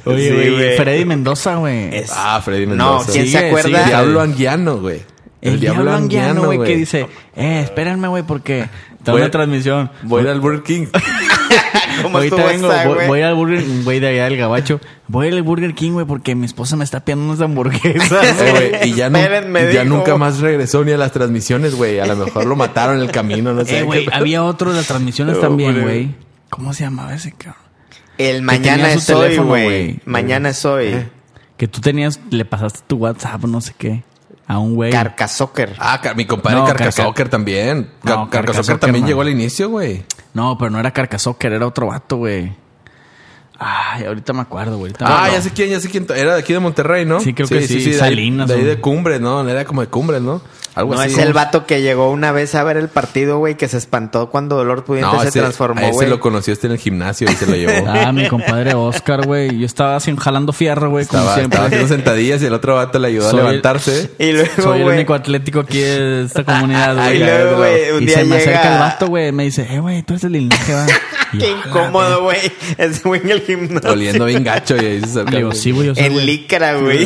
S3: Oye,
S1: Sí,
S3: güey,
S1: güey.
S3: Freddy Mendoza, güey.
S1: Es-
S2: Ah, Freddy
S1: No,
S2: Mendoza.
S1: ¿quién se
S3: Sigue,
S1: acuerda?
S2: El diablo anguiano, güey.
S3: El, diablo anguiano, güey, que dice, eh, espérenme, güey, porque está
S2: Voy
S3: una
S2: a-
S3: transmisión.
S2: Voy a ir al Burger King.
S1: ¿Cómo
S3: Ahorita
S1: estuvo
S3: vengo,
S1: esa,
S3: voy,
S1: güey? [laughs]
S3: voy al Burger güey, de allá del gabacho. Voy al Burger King, güey, porque mi esposa me está pidiendo unas
S2: [laughs]
S3: hamburguesas.
S2: Eh, güey, y ya, nu-
S1: Espérenme,
S2: ya
S1: dijo.
S2: nunca más regresó ni a las transmisiones, güey. A lo mejor lo mataron en el camino, no sé.
S3: eh, güey, había otro de las transmisiones
S2: No,
S3: también,
S2: hombre.
S3: güey. ¿Cómo se llamaba ese, cabrón?
S1: El mañana
S3: tenía su
S1: es hoy,
S3: teléfono,
S1: güey.
S3: güey. Eh,
S1: Mañana es hoy.
S3: Que tú tenías, le pasaste tu WhatsApp, no sé qué, a un güey.
S1: Carcasóquer.
S2: Ah, car- mi compadre
S3: No,
S2: Carcasóquer también. Car-
S3: No,
S2: Carcasóquer
S3: Carcasóquer,
S2: también
S3: no.
S2: llegó al inicio, güey.
S3: No, pero no era Carcasóquer, era otro vato, güey. Ay, ahorita me acuerdo, güey. ahorita me
S2: Ah,
S3: acuerdo.
S2: ya sé quién, ya sé quién. Era de aquí de Monterrey, ¿no?
S3: Sí, creo que sí,
S2: de ahí-
S3: Salinas,
S2: De ahí,
S3: o-
S2: de Cumbres, ¿no? Era como de Cumbres, ¿no? Algo
S1: No
S2: así.
S1: es el vato que llegó una vez a ver el partido, güey, que se espantó cuando Dolor Pudiente se
S2: ese- a
S1: transformó,
S2: ese
S1: güey.
S2: lo conoció este en el gimnasio y se lo llevó.
S3: [laughs] Ah, mi compadre Oscar, güey. Yo estaba así, jalando fierro, güey, como
S2: estaba,
S3: siempre.
S2: estaba haciendo sentadillas y el otro vato le ayudó
S3: Soy-
S2: a levantarse.
S1: Y luego,
S3: Soy el
S1: güey,
S3: único atlético aquí de
S1: [laughs]
S3: esta comunidad,
S1: Y
S3: güey.
S1: luego, güey, un
S3: y
S1: día
S3: se me acerca
S1: llega-
S3: el vato, güey. Me dice, eh, güey, tú eres el linaje, va.
S1: [laughs]
S3: Y
S1: qué
S3: yo,
S1: incómodo, güey. Ese güey en el gimnasio.
S2: Oliendo bien gacho y ahí se
S3: Le digo, sí, güey, yo soy,
S1: En
S3: güey.
S1: licra, güey.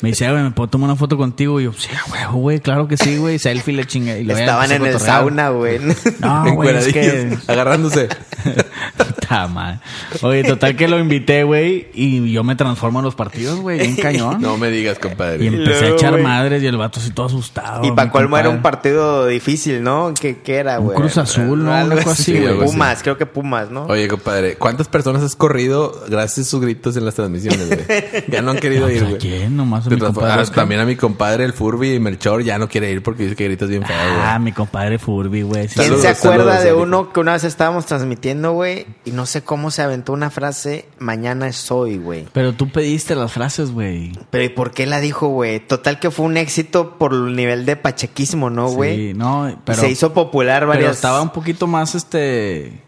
S3: Me dice, "Ah, güey, ¿me puedo tomar una foto contigo? Y yo, sí, güey, oh, güey, claro que sí, güey. Selfie, le chingué. Y luego ya
S1: Estaban
S3: empecé a
S1: en el
S3: cotorrear.
S1: sauna, güey.
S3: No, Ah, güey, es que...
S2: Encueradillos, Agarrándose.
S3: [laughs] Puta madre. Oye, total que lo invité, güey. Y yo me transformo en los partidos, güey.
S1: [laughs]
S3: Bien cañón.
S2: [laughs] No me digas,
S3: Y
S2: compadre.
S3: empecé
S1: luego,
S3: a echar
S1: güey.
S3: madres y el vato así todo asustado.
S1: [laughs] Y para
S3: mi
S1: colmo era un
S3: compadre.
S1: partido difícil, ¿no? ¿Qué, qué era,
S3: Un
S1: güey?
S3: Cruz Azul, ¿no?
S1: Algo
S3: Algo así,
S1: así,
S2: güey.
S1: Pumas, creo que temas, ¿no?
S2: Oye, compadre, ¿cuántas personas has corrido gracias a sus gritos en las transmisiones,
S3: [laughs]
S2: güey? Ya no han querido ir,
S3: pues, ¿A
S2: güey.
S3: quién? Nomás a
S2: Te
S3: mi
S2: transform-
S3: compadre
S2: Ah,
S3: Oscar.
S2: también a mi compadre, el Furby y Melchor, ya no quiere ir porque dice que gritas bien feo, güey.
S3: Ah, mi compadre Furby, güey. Sí.
S1: ¿Quién
S2: Saludos,
S1: se acuerda
S2: saludos,
S1: de
S2: Erika.
S1: uno que una vez estábamos transmitiendo, güey? Y no sé cómo se aventó una frase, mañana es hoy, güey.
S3: Pero tú pediste las frases, güey.
S1: Pero ¿y por qué la dijo, güey? Total que fue un éxito por el nivel de pachequismo, ¿no, güey?
S3: Sí, no, pero...
S1: se hizo popular
S3: Pero
S1: varias.
S3: estaba un poquito más, este...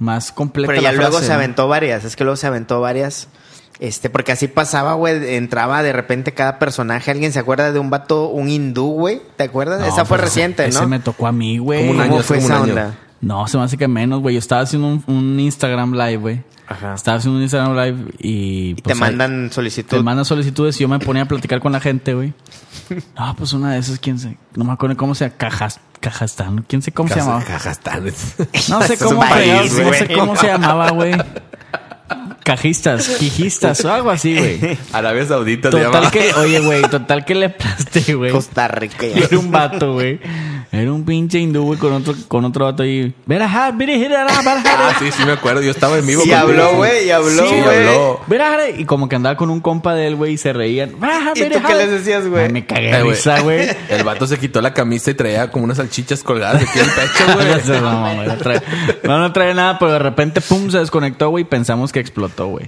S3: Más completa
S1: Pero ya
S3: la
S1: luego
S3: frase,
S1: se
S3: ¿no?
S1: aventó varias, es que luego se aventó varias. Este, porque así pasaba, güey, entraba de repente cada personaje. ¿Alguien se acuerda de un vato, un hindú, güey? ¿Te acuerdas?
S3: No,
S1: Esa fue
S3: pues,
S1: reciente,
S3: ese
S1: ¿no?
S3: me tocó a mí, güey.
S2: Como un
S1: ¿Cómo
S2: año, es
S1: fue
S2: como un
S1: esa
S2: año.
S1: onda?
S3: No, se me hace que menos, güey. Yo estaba haciendo un, un Instagram live, güey. Estaba haciendo un Instagram live
S1: Ah.
S3: y...
S1: Y
S3: pues,
S1: te
S3: ahí-
S1: mandan solicitud.
S3: Te mandan solicitudes y yo me ponía a platicar con la
S1: [laughs]
S3: gente, güey. No, pues una de esas, quién sé. No me acuerdo cómo se llama. Cajas, Cajastán. ¿Quién sé cómo se
S2: Cajas-
S3: llamaba?
S2: [laughs] Cajastanes.
S3: No sé
S1: Este Es un
S3: cómo,
S1: país,
S3: fregados, no sé
S1: güey.
S3: cómo se llamaba, güey. Cajistas, quijistas o algo así,
S1: [laughs]
S3: [laughs] güey.
S2: Arabia Saudita se
S3: Total
S2: llama.
S3: que, oye, güey, total que le aplasté, güey.
S1: Costa
S3: [laughs]
S1: Rica.
S3: Y Era un vato, güey. Era un pinche hindú, güey, con otro, con otro vato ahí. Verá, ja, viri, jira, ra, bará, jara.
S2: Ah, sí, sí me acuerdo. Yo estaba en vivo.
S1: Y
S2: contigo,
S1: habló,
S2: sí.
S1: güey, y habló,
S2: Sí,
S1: güey.
S2: habló.
S3: Verá, jara. Y como que andaba con un compa de él, güey, y se reían. Verá, ja,
S1: ¿Y tú
S3: viri,
S1: qué
S3: jara.
S1: les decías, güey?
S3: Ay, Me cagué
S2: Eh,
S3: de
S2: güey.
S1: [laughs]
S3: risa, güey.
S2: El vato se quitó la camisa y traía como unas salchichas colgadas de aquí en el
S3: [laughs]
S2: pecho,
S3: No,
S2: güey.
S3: se mamó, güey, no trae- no, no trae nada, pero de repente, pum, se desconectó, güey, y pensamos que
S1: [laughs]
S3: explotó, güey.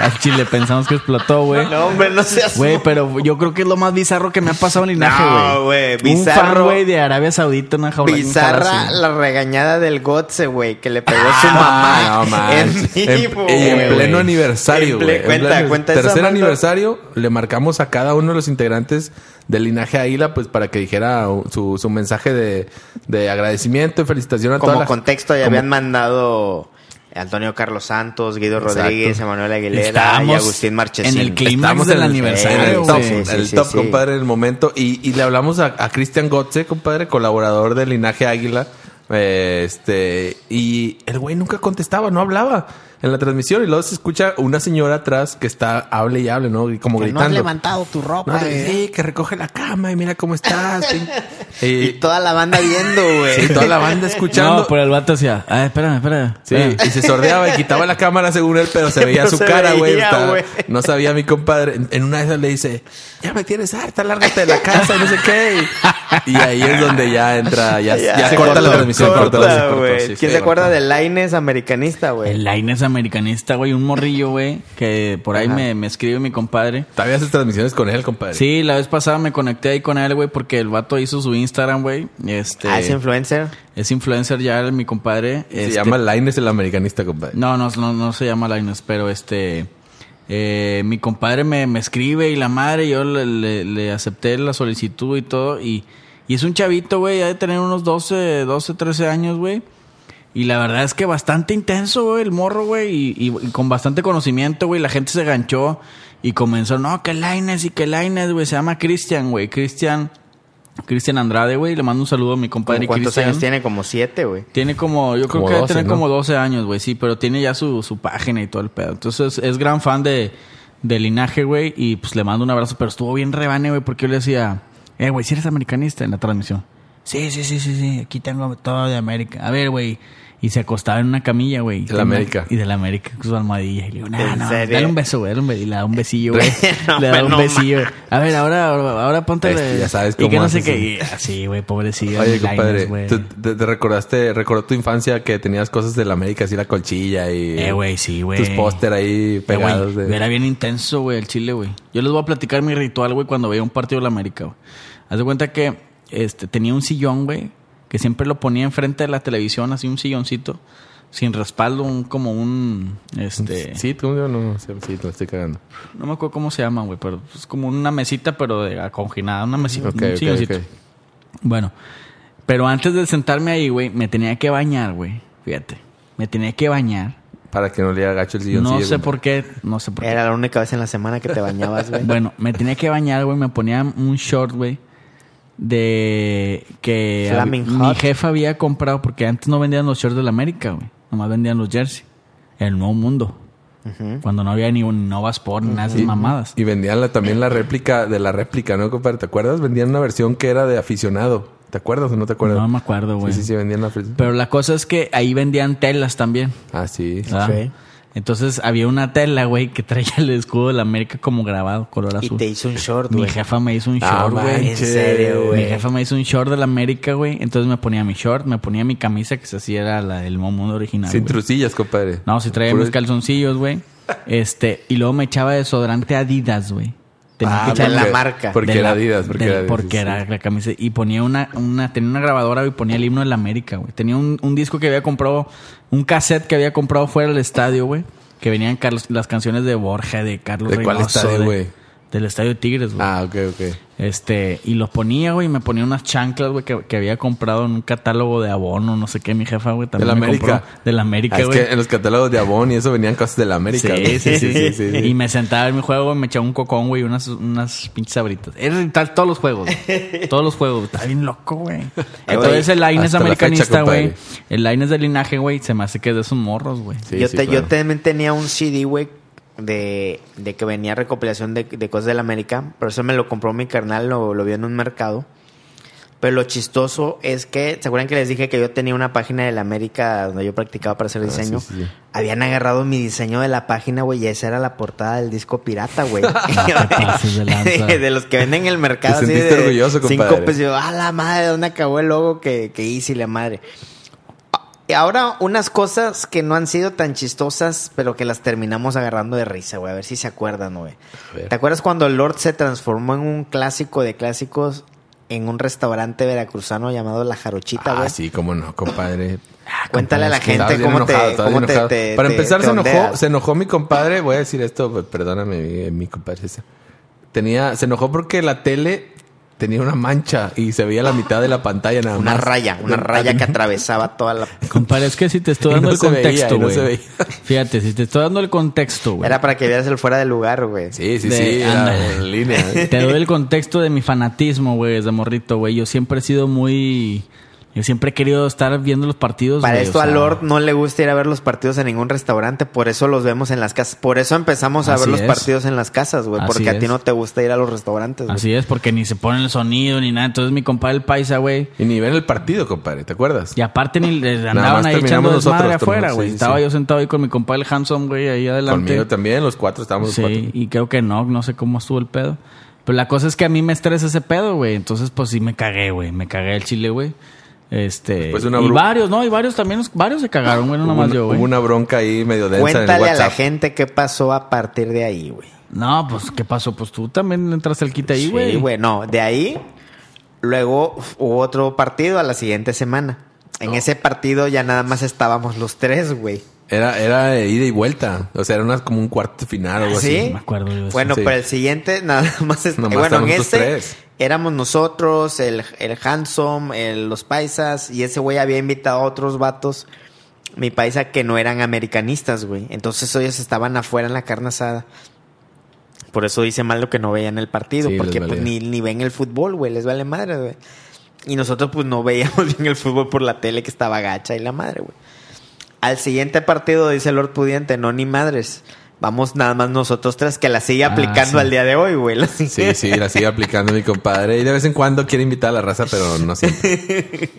S3: Al chile pensamos que explotó,
S1: [laughs]
S3: güey.
S1: No, hombre, no seas.
S3: Güey, pero yo creo que es lo más bizarro que me ha pasado en linaje, güey.
S1: No, güey,
S3: Un fan,
S1: bizarro.
S3: güey, de Arabia Saudita, una jaula.
S1: Bizarra la regañada del Gotze, güey, que le pegó su
S2: Ah, no,
S1: mamá
S2: man.
S1: en vivo.
S2: En- y en
S1: güey.
S2: pleno aniversario,
S1: En ple-
S2: güey. En
S1: cuenta,
S2: pleno-
S1: cuenta esa,
S2: Tercer
S1: Mando.
S2: aniversario, le marcamos a cada uno de los integrantes del linaje Águila, pues para que dijera su, su mensaje de, de agradecimiento y felicitación a toda
S1: Como
S2: la-
S1: contexto, ya
S2: como-
S1: habían mandado Antonio Carlos Santos, Guido
S2: Exacto.
S1: Rodríguez, Emanuel Aguilera y
S3: Estábamos
S1: Agustín Marchesín.
S3: en el clima.
S2: Estamos
S3: Clímax del aniversario,
S2: en el top,
S3: güey.
S2: en
S1: Sí,
S2: el
S1: sí,
S2: top,
S1: sí.
S2: compadre, en el momento. Y, y le hablamos a, a Cristian Gotze, compadre, colaborador del Linaje Águila. Eh, Este, y el güey nunca contestaba, no hablaba en la transmisión. Y luego se escucha una señora atrás que está, hable y hable, ¿no? Y como gritando.
S1: tu
S2: No, sí, que recoge la cama y mira cómo [laughs] estás. y,
S1: Y toda la banda viendo, güey.
S2: sí, toda la banda escuchando.
S3: No, pero el vato decía, ah, espérame, espérame.
S2: Sí,
S3: espérame".
S2: y se sordeaba
S1: [laughs]
S2: y quitaba la cámara según él, pero se veía
S1: Ah. Pero
S2: su
S1: se
S2: cara, güey.
S1: veía,
S2: Estaba-
S1: güey.
S2: No sabía mi compadre. En- En una de esas le dice, ya me tienes harta, lárgate de la casa, y no sé qué. Y ahí es donde ya entra, ya, ya
S1: Se
S2: corta la
S1: cortó,
S2: transmisión.
S1: corta,
S2: corta, sí, cortó,
S1: güey.
S2: sí, sí,
S1: ¿Quién se
S2: cortó.
S1: acuerda del Laines americanista, güey?
S3: El Aines americanista, güey, un morrillo, güey, que por ahí
S1: Ajá.
S3: me, me escribe mi compadre.
S2: Todavía haces transmisiones con él, compadre.
S3: Sí, la vez pasada me conecté ahí con él, güey, porque el vato hizo su Instagram, güey. Este,
S1: Ah, ese influencer.
S3: es influencer ya, mi compadre.
S2: Se
S3: Este,
S2: llama Laines el americanista, compadre.
S3: No, no, no, no se llama Linus, pero este. eh, mi compadre me, me escribe y la madre, yo le, le- le acepté la solicitud y todo. Y, y es un chavito, güey, ya de tener unos 12, 12, 13 años, güey. Y la verdad es que bastante intenso, güey, el morro, güey. Y, y- y con bastante conocimiento, güey. La gente se ganchó y comenzó, no, que Linus y que Linus, güey. Se llama Cristian, güey. Cristian. Cristian Andrade, güey. Le mando un saludo a mi compadre
S1: ¿Cómo ¿Cuántos
S3: Cristian.
S1: años tiene? Como siete, güey.
S3: Tiene como, yo creo
S2: Como
S3: que debe
S2: 12,
S3: tener
S2: ¿no?
S3: como 12 años, güey, sí, pero tiene ya su, su página y todo el pedo. Entonces es gran fan de, de linaje, güey, y pues le mando un abrazo, pero estuvo bien rebane, güey, porque yo le decía, eh, güey, si eres americanista en la transmisión. Sí, sí, sí, sí, sí, aquí tengo todo de América. A ver, güey. Y se acostaba en una camilla, güey.
S2: De la América.
S3: Y de la América con su almohadilla. Y le digo, no,
S1: ¿En
S3: no,
S1: serio?
S3: dale un beso, güey. Dale un beso. Y le da un
S2: [laughs]
S3: besillo, güey.
S1: No,
S3: [laughs] le da un
S1: no,
S3: besillo. güey. A ver, ahora, ahora, ahora ponte.
S2: Es que ya sabes
S3: Y que
S2: cómo
S3: no sé
S2: haces,
S3: qué. Y así, güey, pobrecillo.
S2: Oye,
S3: Linus,
S2: compadre,
S3: güey.
S2: ¿tú- te, te recordaste, recordó tu infancia que tenías cosas del América, así la colchilla y
S3: Eh, güey, sí, güey.
S2: tus póster ahí
S3: Eh, güey,
S2: pegados. de-
S3: Era bien intenso, güey, el Chile, güey. Yo les voy a platicar mi ritual, güey, cuando veía un partido de la América, güey. Haz de cuenta que este, tenía un sillón, güey, que siempre lo ponía enfrente de la televisión, así un silloncito, sin respaldo, un- como un. Este,
S2: Sí, ¿cómo se llama? No, no, sí, sí, me estoy cagando.
S3: No me acuerdo cómo se llama, güey, pero es como una mesita, pero de aconginada, una mesita.
S2: Ok,
S3: un
S2: ok,
S3: silloncito.
S2: ok.
S3: Bueno, pero antes de sentarme ahí, güey, me tenía que bañar, güey. Fíjate, me tenía que bañar.
S2: Para que no le agacho el silloncillo.
S3: No sé
S2: compadre.
S3: por qué, no sé por qué.
S1: Era la única vez en la semana que te bañabas,
S2: [laughs]
S1: güey.
S3: [laughs] Bueno, me tenía que bañar, güey. Me ponía un short, güey. De que hab-
S1: Flaming
S3: mi
S1: hot.
S3: jefa había comprado, porque antes no vendían los shorts de la América, güey. Nomás vendían los jersey. El nuevo mundo. Cuando no había ni un Nova Sport, ni nada de esas mamadas.
S2: Y vendían la- también la réplica de la réplica, ¿no, compadre? ¿Te acuerdas? Vendían una versión que era de aficionado. ¿Te acuerdas o no te acuerdas?
S3: No me acuerdo, güey.
S2: Sí, sí, sí, vendían la fritz.
S3: Pero la cosa es que ahí vendían telas también.
S2: Ah, sí.
S3: ¿verdad?
S1: Ok.
S3: Entonces había una tela, güey, que traía el escudo de la América como grabado, color
S1: Y
S3: azul.
S1: te hizo un short,
S3: Mi
S1: güey.
S3: jefa me hizo un
S2: Ah,
S3: short, güey.
S1: En serio,
S3: Eh, Mi
S1: güey.
S3: jefa me hizo un short de la América, güey. Entonces me ponía mi short, me ponía mi camisa, que se hacía era la del mundo original.
S2: Sin
S3: güey.
S2: trucillas, compadre.
S3: No, si traía
S2: Puro-
S3: mis calzoncillos, güey. Este, y luego me echaba desodorante Adidas, güey. Tenía
S1: Ah,
S3: que
S1: de
S3: echarle-
S1: la
S2: porque-
S1: marca.
S2: Porque
S3: de
S2: era
S3: la-
S2: Adidas. Porque
S3: de-
S2: era Adidas.
S3: porque era la camisa. Y ponía una, una, tenía una grabadora y ponía el himno de la América, güey. Tenía un, un disco que había comprado, un cassette que había comprado fuera del estadio, güey. Que venían Carlos- las canciones de Borja, de Carlos
S2: ¿De cuál
S3: Reynoso,
S2: estadio,
S3: de-
S2: güey?
S3: Del estadio Tigres, güey.
S2: Ah, ok, ok.
S3: Este, y los ponía, güey, y me ponía unas chanclas, güey, que, que había comprado en un catálogo de abono, no sé qué, mi jefa, güey,
S2: De
S3: también.
S2: la
S3: me compró.
S2: América.
S3: De la
S2: Ah,
S3: América,
S2: es
S3: güey.
S2: que en los catálogos de Avon y eso venían cosas de la América. güey.
S3: Sí, sí,
S2: [laughs]
S3: sí,
S2: sí, sí, sí.
S3: Y me sentaba en mi juego, güey, me echaba un cocón, güey, y unas, unas pinches sabritas. Era tal todos los juegos.
S2: [laughs]
S3: güey. todos los juegos. Está bien loco, güey. Entonces el Line es
S2: Hasta la fecha,
S3: americanista, güey.
S2: compadre.
S3: El Line es de linaje, güey. Se me hace que es de esos morros, güey.
S2: Sí,
S1: yo,
S2: sí,
S1: te- yo
S2: claro.
S1: también tenía un CD, güey, de, de que venía recopilación de, de cosas del América. Pero eso me lo compró mi carnal, lo, lo vio en un mercado. Pero lo chistoso es que, ¿se acuerdan que les dije que yo tenía una página del América donde yo practicaba para hacer diseño?
S2: Ah, sí, sí, sí.
S1: Habían agarrado mi diseño de la página, güey, y esa era la portada del disco pirata,
S2: [laughs]
S1: güey.
S2: Ah,
S3: pases de lanza.
S1: [laughs] de los que venden en el mercado. así
S2: Te sentiste
S1: de
S2: orgulloso, compadre.
S1: Cinco pesos. y yo, ah, la madre, ¿dónde acabó el logo que, que hice y la madre? Y ahora unas cosas que no han sido tan chistosas, pero que las terminamos agarrando de risa, güey. A ver si se acuerdan, güey.
S2: ver.
S1: ¿Te acuerdas cuando Lord se transformó en un clásico de clásicos en un restaurante veracruzano llamado La Jarochita, güey?
S2: Ah, sí, cómo no, compadre.
S1: Cuéntale a la
S2: Estabas
S1: gente
S2: bien
S1: cómo
S2: enojado,
S1: te,
S2: estabas
S1: cómo
S2: bien
S1: te,
S2: enojado.
S1: te-
S2: Para
S1: te-
S2: empezar,
S1: te
S2: se enojó,
S1: ondeas.
S2: se enojó mi compadre. Voy a decir esto, pues, perdóname, eh, mi compadre. ese. Tenía, se enojó porque la tele tenía una mancha y se veía la mitad de la pantalla nada
S1: Una
S2: más.
S1: raya, una raya que atravesaba toda la...
S3: Compadre, es que si te
S2: [laughs]
S3: estoy
S2: Y
S3: dando
S2: no
S3: el
S2: se veía,
S3: contexto,
S2: y no
S3: güey.
S2: se veía.
S3: Fíjate, si te estoy dando el contexto, güey.
S1: Era para que vieras el fuera de lugar, güey.
S2: Sí, sí,
S3: De-
S2: sí, era
S3: ándale.
S2: en línea. eh.
S3: Te doy el contexto de mi fanatismo, güey, desde morrito, güey. Yo siempre he sido muy. Yo siempre he querido estar viendo los partidos.
S1: Para
S3: Pues, güey,
S1: esto
S3: o sea,
S1: a Lord no le gusta ir a ver los partidos en ningún restaurante, por eso los vemos en las casas. Por eso empezamos a
S3: Así
S1: ver los
S3: es.
S1: partidos en las casas, güey,
S3: Así
S1: porque a ti
S3: es.
S1: no te gusta ir a los restaurantes, güey.
S3: Así es, porque ni se pone el sonido ni nada. Entonces mi compadre el paisa, güey.
S2: Y ni ver el partido, compadre, ¿te acuerdas?
S3: Y aparte ni le-
S2: más
S3: andaban ahí echando
S2: terminamos
S3: desmadre
S2: nosotros,
S3: afuera,
S2: sí,
S3: güey.
S2: sí.
S3: Estaba yo sentado ahí con mi compadre el Hanson, güey, ahí adelante.
S2: Conmigo también, los cuatro estábamos los
S3: Sí, y creo que no, no sé cómo estuvo el pedo. Pero la cosa es que a mí me estresa ese pedo, güey. Entonces, pues sí me cagué, güey. Me cagué el chile, güey. Este.
S2: Pues una
S3: y
S2: bru-
S3: varios, no, y varios también, varios se cagaron, güey, no
S2: cuatro. Hubo,
S3: nomás
S2: una-
S3: yo,
S2: hubo
S3: güey.
S2: una bronca ahí medio densa en el
S1: Cuéntale a
S2: WhatsApp.
S1: la gente qué pasó a partir de ahí, güey.
S3: No, pues, ¿qué pasó? Pues tú también entraste al quita ahí, güey.
S1: Sí, güey, no, de ahí luego f- hubo otro partido a la siguiente semana.
S3: Oh.
S1: En ese partido ya nada más estábamos los tres, güey.
S2: Era, era de ida y vuelta. O sea, era una- como un cuarto final o algo
S1: ¿Ah, ¿Sí?
S2: así.
S3: me acuerdo yo de eso.
S1: Bueno,
S2: Sí.
S1: pero el siguiente [laughs] nada más es... bueno,
S2: Nomás
S1: en
S2: estábamos
S1: este
S2: nosotros tres.
S1: éramos nosotros, el, el Handsome, el- los paisas, y ese güey había invitado a otros vatos, mi paisa, que no eran americanistas, güey. Entonces ellos estaban afuera en la carne asada. Por eso dice mal lo que no veían el partido,
S2: Sí,
S1: porque
S2: les
S1: pues, ni,
S2: valía.
S1: ni ven el fútbol, güey, les vale madre, güey. Y nosotros pues no veíamos [laughs] bien el fútbol por la tele que estaba gacha y la madre, güey. Al siguiente partido dice Lord Pudiente, no ni madres. Vamos nada más nosotros tres que la sigue
S3: Ah,
S1: aplicando
S3: sí.
S1: al día de hoy, güey. [laughs] La sigue-
S2: Sí, sí, la sigue aplicando mi compadre. Y de vez en cuando quiere invitar a la raza, pero no siempre.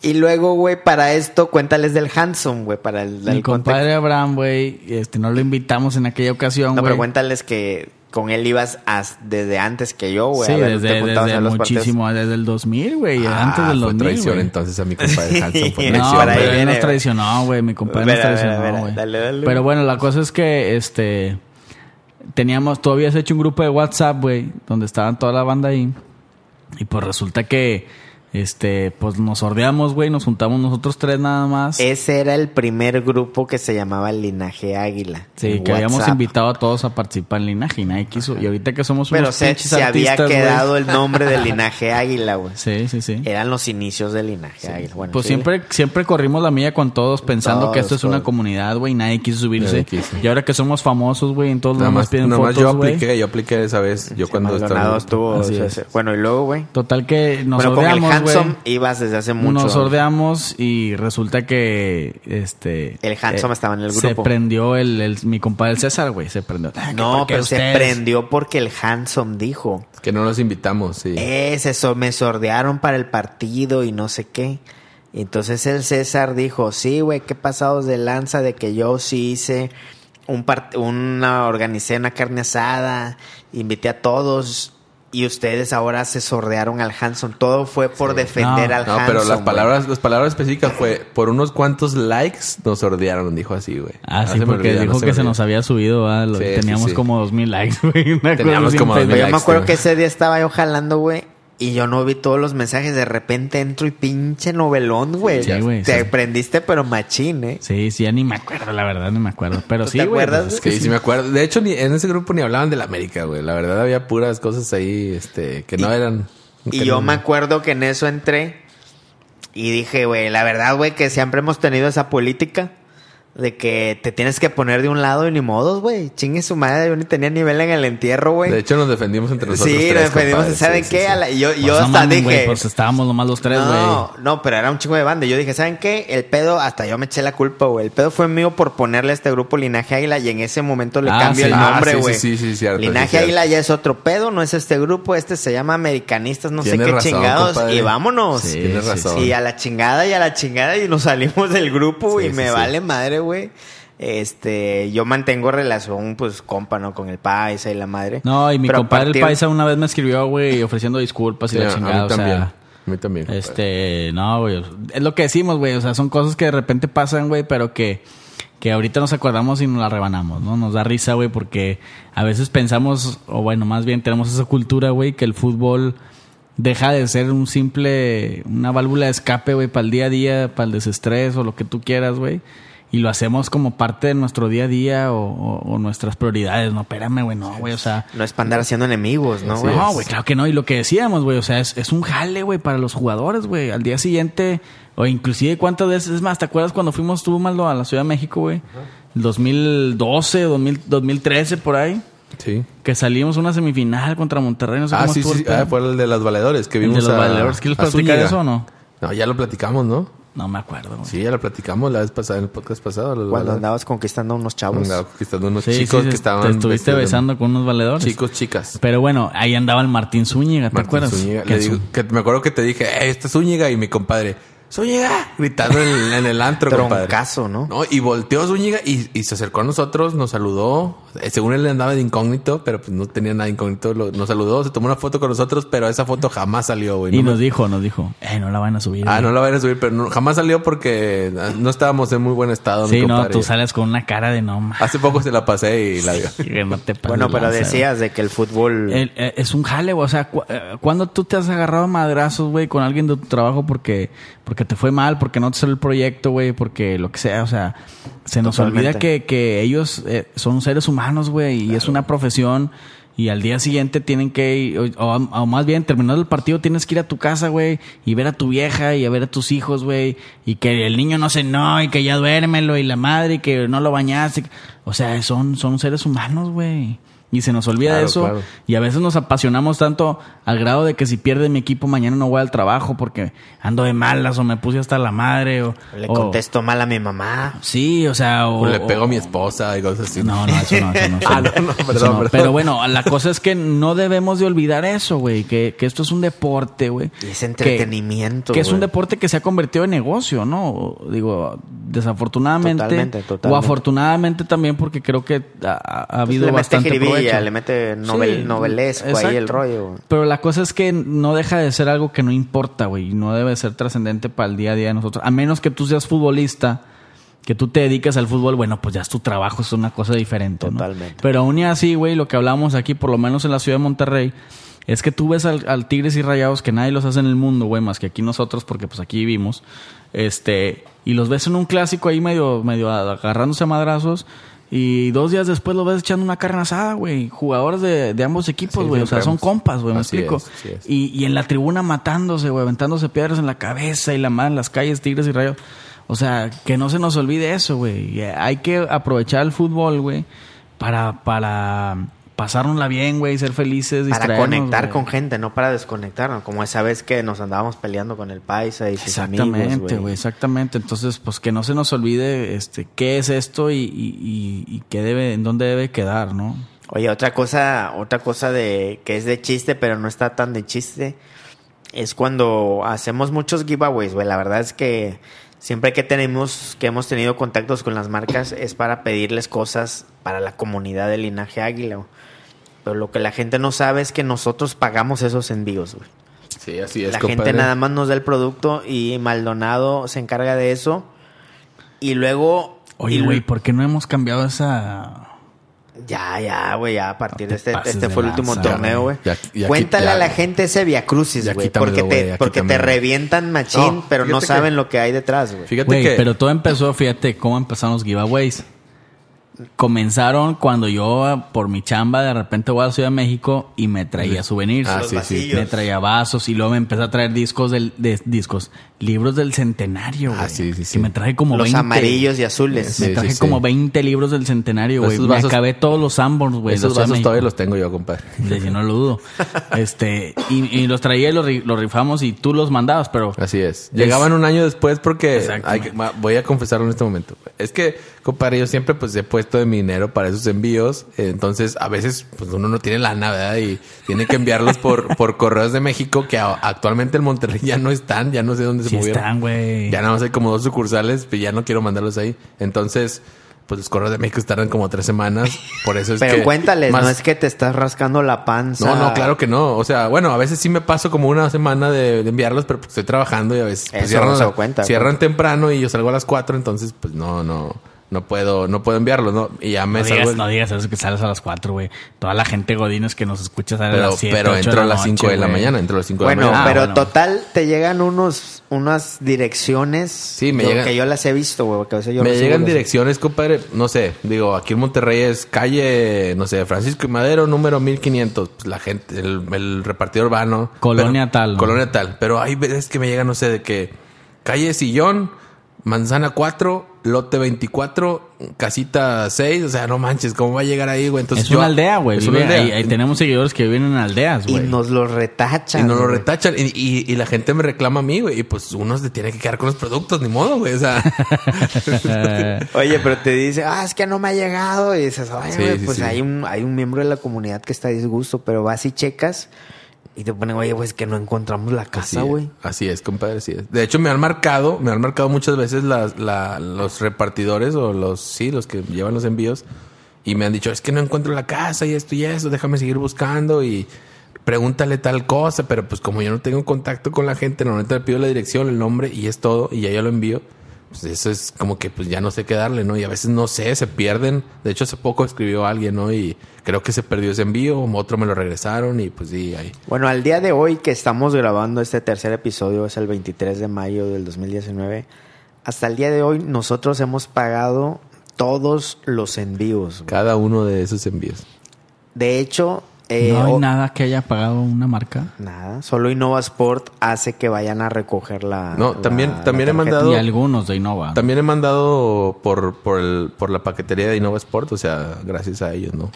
S1: Y luego, güey, para esto cuéntales del Hanson, güey, para el,
S3: Mi
S1: el contexto.
S3: compadre Abraham, güey, este, no lo invitamos en aquella ocasión,
S1: No,
S3: güey.
S1: pero cuéntales que con él ibas as- desde antes que yo, güey.
S3: sí,
S1: a ver, te
S3: desde,
S1: juntabas
S3: desde
S1: a los partidos.
S3: muchísimo, desde el 2000, güey, antes
S2: Ah,
S3: del
S2: fue
S3: 2000,
S2: traición
S3: güey.
S2: entonces a mi compadre Hanson. Fue
S1: No,
S3: No,
S2: traición,
S1: Para ahí
S3: pero
S2: güey.
S3: él
S1: viene,
S3: nos
S1: güey.
S3: traicionó, güey. Mi compadre nos
S1: Verá, verá, verá.
S3: traicionó, güey.
S1: Dale, dale.
S3: Pero bueno, la cosa es que este teníamos, tú habías hecho un grupo de WhatsApp, güey, donde estaban toda la banda ahí. Y pues resulta que este, pues nos sordeamos, güey, nos juntamos nosotros tres nada más.
S1: Ese era el primer grupo que se llamaba Linaje Águila.
S3: Sí,
S1: en
S3: que habíamos
S1: WhatsApp.
S3: invitado a todos a participar en linaje y nadie quiso. Y ahorita que somos
S1: Pero
S3: unos
S1: se,
S3: pinches
S1: se había
S3: artistas, güey.
S1: quedado el nombre
S3: [laughs]
S1: de Linaje Águila, güey.
S3: Sí, sí, sí.
S1: Eran los inicios del Linaje Águila. Bueno,
S3: Pues
S1: sí,
S3: siempre, siempre corrimos la milla con todos pensando que esto es
S1: Todos,
S3: una
S1: todos.
S3: comunidad, güey. y Nadie quiso subirse.
S2: Nadie quiso.
S3: Y ahora que somos famosos, güey, en todos
S2: Nada
S3: lados nos
S2: más,
S3: piden
S2: nada más
S3: fotos,
S2: yo
S3: güey.
S2: apliqué, yo apliqué esa vez. Yo cuando
S1: Maldonado
S2: estaba.
S1: estuvo.
S3: Así
S1: o sea,
S3: es.
S1: Bueno, y luego, güey.
S3: Total que nos
S1: Bueno, con el
S3: rodeamos,
S1: Handsome
S3: güey.
S1: ibas desde hace mucho.
S3: Nos ordeamos y resulta que este
S1: El Handsome estaba en el
S3: Se
S1: grupo.
S3: prendió el, el- mi compadre el César, güey, se prendió. Ah, que
S1: No,
S3: porque
S1: pero se
S3: ustedes-
S1: prendió porque el Handsome dijo.
S2: Que no los invitamos, sí.
S1: Eh, se so- me sordearon para el partido y no sé qué. Y Entonces el César dijo, sí, güey, qué pasados de lanza de que yo sí hice un part- una organicé una carne asada, invité a todos y ustedes ahora se sordearon al Hanson. Todo fue por defender
S3: No,
S1: al
S2: No,
S1: Hanson.
S2: pero las
S1: güey.
S2: palabras, las palabras específicas fue por unos cuantos likes nos ordearon, dijo así, güey.
S3: Ah,
S2: No
S3: sí,
S2: se me
S3: porque
S2: olvida, no
S3: dijo
S2: me
S3: que se
S2: olvida.
S3: [laughs] nos había subido, ah, lo-
S2: Sí, sí,
S3: teníamos
S2: sí.
S3: como dos mil likes, [laughs] güey. una cosa
S2: Teníamos
S3: así
S2: como dos
S1: Pero Pues
S2: mil
S3: pendeja.
S1: yo me
S2: likes,
S1: acuerdo
S2: güey.
S1: que ese día estaba yo jalando, güey. Y yo no vi todos los mensajes. De repente entro y pinche novelón, güey.
S3: Sí, güey,
S1: Te
S3: sí.
S1: prendiste, pero machín, ¿eh?
S3: Sí, sí, ya ni me acuerdo, la verdad, ni me acuerdo. Pero
S1: ¿Tú
S3: sí,
S1: te
S3: güey.
S1: acuerdas,
S3: pues,
S1: güey?
S3: es que
S2: Sí, sí me acuerdo. De hecho, ni en ese grupo ni hablaban de la América, güey. La verdad había puras cosas ahí, este, que no eran.
S1: Y
S2: que
S1: yo
S2: no-
S1: me acuerdo que en eso entré y dije, güey, la verdad, güey, que siempre hemos tenido esa política de que te tienes que poner de un lado y ni modos, güey. Chingue su madre, yo ni tenía nivel en el entierro,
S2: De
S1: güey.
S2: hecho, nos defendimos entre nosotros.
S1: Sí,
S2: tres,
S1: nos pedimos,
S2: compadre.
S1: ¿saben
S2: Sí,
S1: qué?
S2: sí,
S1: A
S2: sí.
S1: la- yo
S3: pues,
S1: yo
S3: no
S1: hasta
S3: mames,
S1: dije...
S3: güey, pues estábamos nomás los tres, güey.
S1: No, no, pero era un chingo de banda. Yo dije, ¿saben qué? El pedo, hasta yo me eché la culpa, güey. El pedo fue mío por ponerle a este grupo Linaje Águila y en ese momento le
S3: Ah,
S1: cambio
S3: sí.
S1: el
S2: Ah,
S1: nombre,
S2: sí, sí,
S1: güey.
S2: sí, sí, cierto, sí,
S1: Linaje
S2: cierto.
S1: Águila ya es otro pedo, no es este grupo, este se llama Americanistas, no sé
S2: Tienes
S1: qué
S2: razón,
S1: chingados.
S2: compadre.
S1: Y vámonos.
S3: Sí,
S2: Tienes
S3: sí,
S2: razón.
S1: Y a la chingada y a la chingada y nos [laughs] salimos del grupo
S2: Sí,
S1: y
S2: sí,
S1: me
S2: sí.
S1: vale madre, güey. Este, yo mantengo relación, pues, compa, ¿no? Con el paisa y la madre.
S3: No, y mi
S1: Pero a
S3: compadre
S1: partir-
S3: el paisa una vez me escribió, güey, ofreciendo disculpas y
S2: Sí,
S3: la chingada,
S2: a mí
S3: o sea,
S2: también. a mí también. compadre.
S3: Este, no, güey. Es lo que decimos, güey. O sea, son cosas que de repente pasan, güey, pero que, que ahorita nos acordamos y nos la rebanamos, ¿no? Nos da risa, güey, porque a veces pensamos, o bueno, más bien tenemos esa cultura, güey, que el fútbol deja de ser un simple, una válvula de escape, güey, para el día a día, para el desestrés o lo que tú quieras, güey. Y lo hacemos como parte de nuestro día a día o, o- o nuestras prioridades. No, espérame, güey, no, güey, o sea.
S1: No es para andar haciendo enemigos, ¿no, güey?
S3: No, güey, claro que no. Y lo que decíamos, güey, o sea, es, es un jale, güey, para los jugadores, güey. Al día siguiente, o inclusive cuántas veces, es más, ¿te acuerdas cuando fuimos tú, Maldo, a la Ciudad de México, güey? 2012, 2000, 2013, por ahí.
S2: Sí.
S3: Que salimos una semifinal contra Monterrey, no sé
S2: Ah,
S3: cómo
S2: sí,
S3: estuvo
S2: sí.
S3: el pedo.
S2: Ah, fue el de las valedores que
S3: El de
S2: vimos.
S3: los
S2: a-
S3: valedores. ¿Quieres
S2: a
S3: platicar
S2: Zúñiga.
S3: eso o no?
S2: No, ya lo platicamos, ¿no?
S3: No me acuerdo, güey.
S2: Sí, ya lo platicamos la vez pasada, en el podcast pasado. los
S1: Cuando
S2: valedores.
S1: andabas conquistando a unos chavos.
S2: Andaba conquistando unos
S3: Sí,
S2: pues, chicos
S3: sí, sí,
S2: que estaban.
S3: Te estuviste
S2: vestidos de-
S3: besando con unos valedores.
S2: Chicos, chicas.
S3: Pero bueno, ahí andaba el Martín Zúñiga, ¿te
S2: Martín
S3: acuerdas?
S2: Zúñiga.
S3: Que
S2: Le
S3: su-
S2: digo- que me acuerdo que te dije, "Eh, este es Zúñiga y mi compadre. Zúñiga, gritando en, el- en el
S3: [laughs]
S2: antro, compadre.
S1: Troncazo, ¿no?
S2: No, y volteó Zúñiga y, y se acercó a nosotros, nos saludó. Eh, Según él andaba de incógnito, pero pues no tenía nada de incógnito. Lo- nos saludó, se tomó una foto con nosotros, pero esa foto jamás salió, güey.
S3: Y
S2: No me-
S3: nos dijo, nos dijo, eh, no la van a subir.
S2: Ah,
S3: güey".
S2: no la van a subir, pero no- jamás salió porque ah, no estábamos en muy buen estado. mi
S3: Sí, no,
S2: compadre.
S3: tú sales con una cara de no, mames,
S2: Hace poco se la pasé y la vio.
S3: que no te
S1: [laughs]
S3: pases
S1: Bueno, pero
S3: lanza, güey".
S1: decías de que el fútbol.
S3: El- eh, es un jale, güey. O sea, cu- eh, ¿cuándo tú te has agarrado a madrazos, güey, con alguien de tu trabajo porque, porque te fue mal, porque no te salió el proyecto, güey, porque lo que sea? O sea, se nos
S1: Totalmente.
S3: olvida que, que ellos eh, son seres humanos, güey, y es una profesión. Y al día siguiente tienen que ir, o, o- o más bien, terminado el partido, tienes que ir a tu casa, güey, y ver a tu vieja y a ver a tus hijos, güey, y que el niño no se no, y que ya duérmelo, y la madre, y que no lo bañaste. O sea, son, son seres humanos, güey. Y se nos olvida
S2: Claro,
S3: eso.
S2: claro.
S3: Y a veces nos apasionamos tanto al grado de que si pierde mi equipo mañana no voy al trabajo porque ando de malas o me puse hasta la madre o...
S1: le
S3: o-
S1: contesto mal a mi mamá.
S3: Sí, o sea, o...
S2: le pego
S3: o-
S2: a mi esposa y cosas así.
S3: Oh. No, no, eso no, eso
S1: [laughs]
S3: no. eso
S2: Ah, no, no,
S3: Eso
S2: perdón, perdón.
S3: Pero bueno, la cosa es que no debemos de olvidar eso, güey, que, que esto es un deporte, güey.
S1: Y es
S3: que-
S1: entretenimiento.
S3: que es un
S1: güey.
S3: deporte que se ha convertido en negocio, ¿no? Digo, desafortunadamente.
S1: Totalmente, totalmente. Pues
S3: O afortunadamente también, porque creo que ha, ha- ha habido
S1: le mete
S3: bastante
S1: jiribilla,
S3: provecho.
S1: le mete novel- novelesco ahí
S3: exacto.
S1: el rollo, güey.
S3: Pero la cosa es que no deja de ser algo que no importa, güey. y No debe ser trascendente para el día a día de nosotros. A menos que tú seas futbolista, que tú te dediques al fútbol, bueno, pues ya es tu trabajo, es una cosa diferente, ¿no?
S1: Totalmente.
S3: Pero aún y así, güey, lo que hablamos aquí, por lo menos en la ciudad de Monterrey, es que tú ves al, al Tigres y Rayados que nadie los hace en el mundo, güey, más que aquí nosotros, porque pues aquí vivimos. Este, y los ves en un clásico ahí medio, medio agarrándose a madrazos. Y dos días después los ves echando una carne asada, güey. Jugadores de, de ambos equipos,
S2: es,
S3: pues, güey. O sea, son
S2: enfermos.
S3: compas, güey. Me
S2: Así
S3: explico.
S2: es, así es.
S3: Y, y en la tribuna matándose, güey, aventándose piedras en la cabeza y la madre en las calles, tigres y rayos. O sea, que no se nos olvide eso, güey. Y, eh, Hay que aprovechar el fútbol, güey, para, para, pasárnosla bien, güey, ser felices,
S1: Para
S3: distraernos.
S1: conectar
S3: güey.
S1: con gente, no para desconectarnos. Como esa vez que nos andábamos peleando con el paisa y sus amigos,
S3: Exactamente,
S1: güey.
S3: güey, exactamente. Entonces, pues que no se nos olvide este qué es esto y, y- y- y qué debe, en dónde debe quedar, ¿no?
S1: Oye, otra cosa, otra cosa de que es de chiste, pero no está tan de chiste, es cuando hacemos muchos giveaways, güey. La verdad es que siempre que tenemos, que hemos tenido contactos con las marcas, es para pedirles cosas para la comunidad del linaje águila. güey. Pero lo que la gente no sabe es que nosotros pagamos esos envíos, güey.
S2: Sí, así es,
S1: La
S2: compadre.
S1: gente nada más nos da el producto y Maldonado se encarga de eso. Y luego. y
S3: Oye,
S1: lu-
S3: güey, ¿por qué no hemos cambiado esa
S1: Ya, ya, güey, ya a partir
S3: No
S1: de
S3: te
S1: este,
S3: pases
S1: este
S3: de
S1: fue el último
S3: lanza,
S1: torneo, güey.
S2: güey. Ya- ya qui-
S1: Cuéntale
S2: ya-
S1: a la gente ese Via Crucis,
S2: ya
S1: güey,
S2: quítamelo,
S1: porque
S2: güey,
S1: te,
S2: ya
S1: porque te
S2: quítamelo.
S1: revientan machín,
S2: No,
S1: pero no
S2: fíjate que-
S1: saben lo que hay detrás, güey.
S2: Fíjate
S3: Güey,
S2: que.
S3: pero todo empezó, fíjate cómo empezaron los giveaways. Comenzaron cuando yo, ah, por mi chamba, de repente voy a la Ciudad de México y me traía souvenirs.
S2: Ah,
S1: Los
S2: sí, sí.
S1: vasillos.
S3: Me traía vasos y luego me empezó a traer discos del, de discos, libros del centenario, güey.
S2: Ah, sí, sí, sí.
S3: Y me traje como
S1: Los
S3: 20.
S1: amarillos y azules.
S2: Sí. Pues
S3: me traje como 20 libros del centenario, güey.
S2: Esos
S3: Me
S2: vasos-
S3: acabé todos los Sanborns, güey. de
S2: Esos
S3: la Ciudad de
S2: vasos
S3: México.
S2: todavía los tengo yo, compadre.
S3: Sí,
S2: [laughs]
S3: sí, no lo dudo. Este, y, y los traía y los, ri- los rifamos y tú los mandabas, pero
S2: Así es. Llegaban un año después porque hay
S3: Exactamente.
S2: que- ma- voy a confesarlo en este momento. Es que, compadre, yo siempre pues he puesto de mi dinero para esos envíos. Entonces, a veces pues uno no tiene lana, ¿verdad? Y tiene que enviarlos
S3: [laughs]
S2: por, por correos de México que a- actualmente en Monterrey ya no están, ya no sé dónde se
S3: sí
S2: movieron.
S3: están, güey.
S2: Ya nada más hay como dos sucursales, pero ya no quiero mandarlos ahí. Entonces, pues los correos de México tardan como tres semanas. Por eso es
S1: Pero
S2: que
S1: cuéntales,
S2: más-
S1: no es que te estás rascando la panza.
S2: no, no, claro que no. O sea, bueno, a veces sí me paso como una semana de, de enviarlos, pero pues estoy trabajando y a veces pues,
S1: Eso
S2: cierran,
S1: no se
S2: la-
S1: cuenta,
S2: cierran temprano y yo salgo a las 4, entonces pues no, no, no puedo, no puedo enviarlos, ¿no? Y ya me
S3: No
S2: salgo.
S3: digas, no digas eso que sales a las 4, güey. Toda la gente godines que nos escucha sale a
S2: pero
S3: las 7,
S2: pero entro a las 5 de la mañana, entro a las 5 de la
S3: Ah,
S1: Bueno,
S2: mañana.
S1: pero
S3: bueno.
S1: total, te llegan unos, unas direcciones
S2: Sí, me
S1: yo-
S2: llegan-
S1: que yo las he visto, güey. porque a veces yo
S2: me
S1: recibo
S2: llegan
S1: las-
S2: direcciones, compadre. No sé, digo, aquí en Monterrey es calle, no sé, Francisco y Madero, número 1500. Pues la gente, el, el repartidor urbano.
S3: Colonia
S2: Pero-
S3: tal, ¿no?
S2: Colonia tal. Pero hay veces que me llegan, no sé, de que calle Sillón, manzana 4, lote 24, casita 6. O sea, no manches, ¿cómo va a llegar ahí, güey? Entonces
S3: Es
S2: yo-
S3: una aldea, güey.
S2: Es una
S3: vive-
S2: aldea.
S3: Ahí, ahí tenemos seguidores que viven en aldeas,
S1: Y
S3: güey.
S1: nos los retachan.
S2: Y no lo
S1: güey.
S2: retachan. Y, y- y la gente me reclama a mí, güey. Y pues uno se tiene que quedar con los productos, ni modo, güey. O sea,
S1: Oye, pero te dice, ah, es que no me ha llegado. Y dices, ay,
S2: Sí,
S1: güey,
S2: sí,
S1: pues
S2: sí.
S1: Hay, un, hay un miembro de la comunidad que está a disgusto, pero vas y checas y te ponen, oye, pues que no encontramos la
S2: Así
S1: casa,
S2: es,
S1: güey.
S2: Así es, compadre, así es. De hecho, me han marcado, me han marcado muchas veces las- la- los repartidores o los, sí, los que llevan los envíos y me han dicho, es que no encuentro la casa y esto y eso, déjame seguir buscando y pregúntale tal cosa, pero pues como yo no tengo contacto con la gente, normalmente le pido la dirección, el nombre y es todo y ya yo lo envío. Pues eso es como que pues ya no sé qué darle, ¿no? Y a veces no sé, se pierden. De hecho, hace poco escribió alguien, ¿no? Y creo que se perdió ese envío, otro me lo regresaron y pues sí, ahí.
S1: Bueno, al día de hoy que estamos grabando este tercer episodio, es el 23 de mayo del 2019, hasta el día de hoy nosotros hemos pagado todos los envíos. güey.
S2: Cada uno de esos envíos.
S1: De hecho, eh,
S3: no hay
S1: o-
S3: nada que haya pagado una marca.
S1: nada, solo Innovasport hace que vayan a recoger la...
S2: No,
S1: la-
S2: también-
S1: la
S2: también he
S1: tarjeta.
S2: mandado-
S3: Y algunos de Innova.
S2: También he mandado por, por, el, por la paquetería de Innova Sport, o sea, gracias a ellos, ¿no?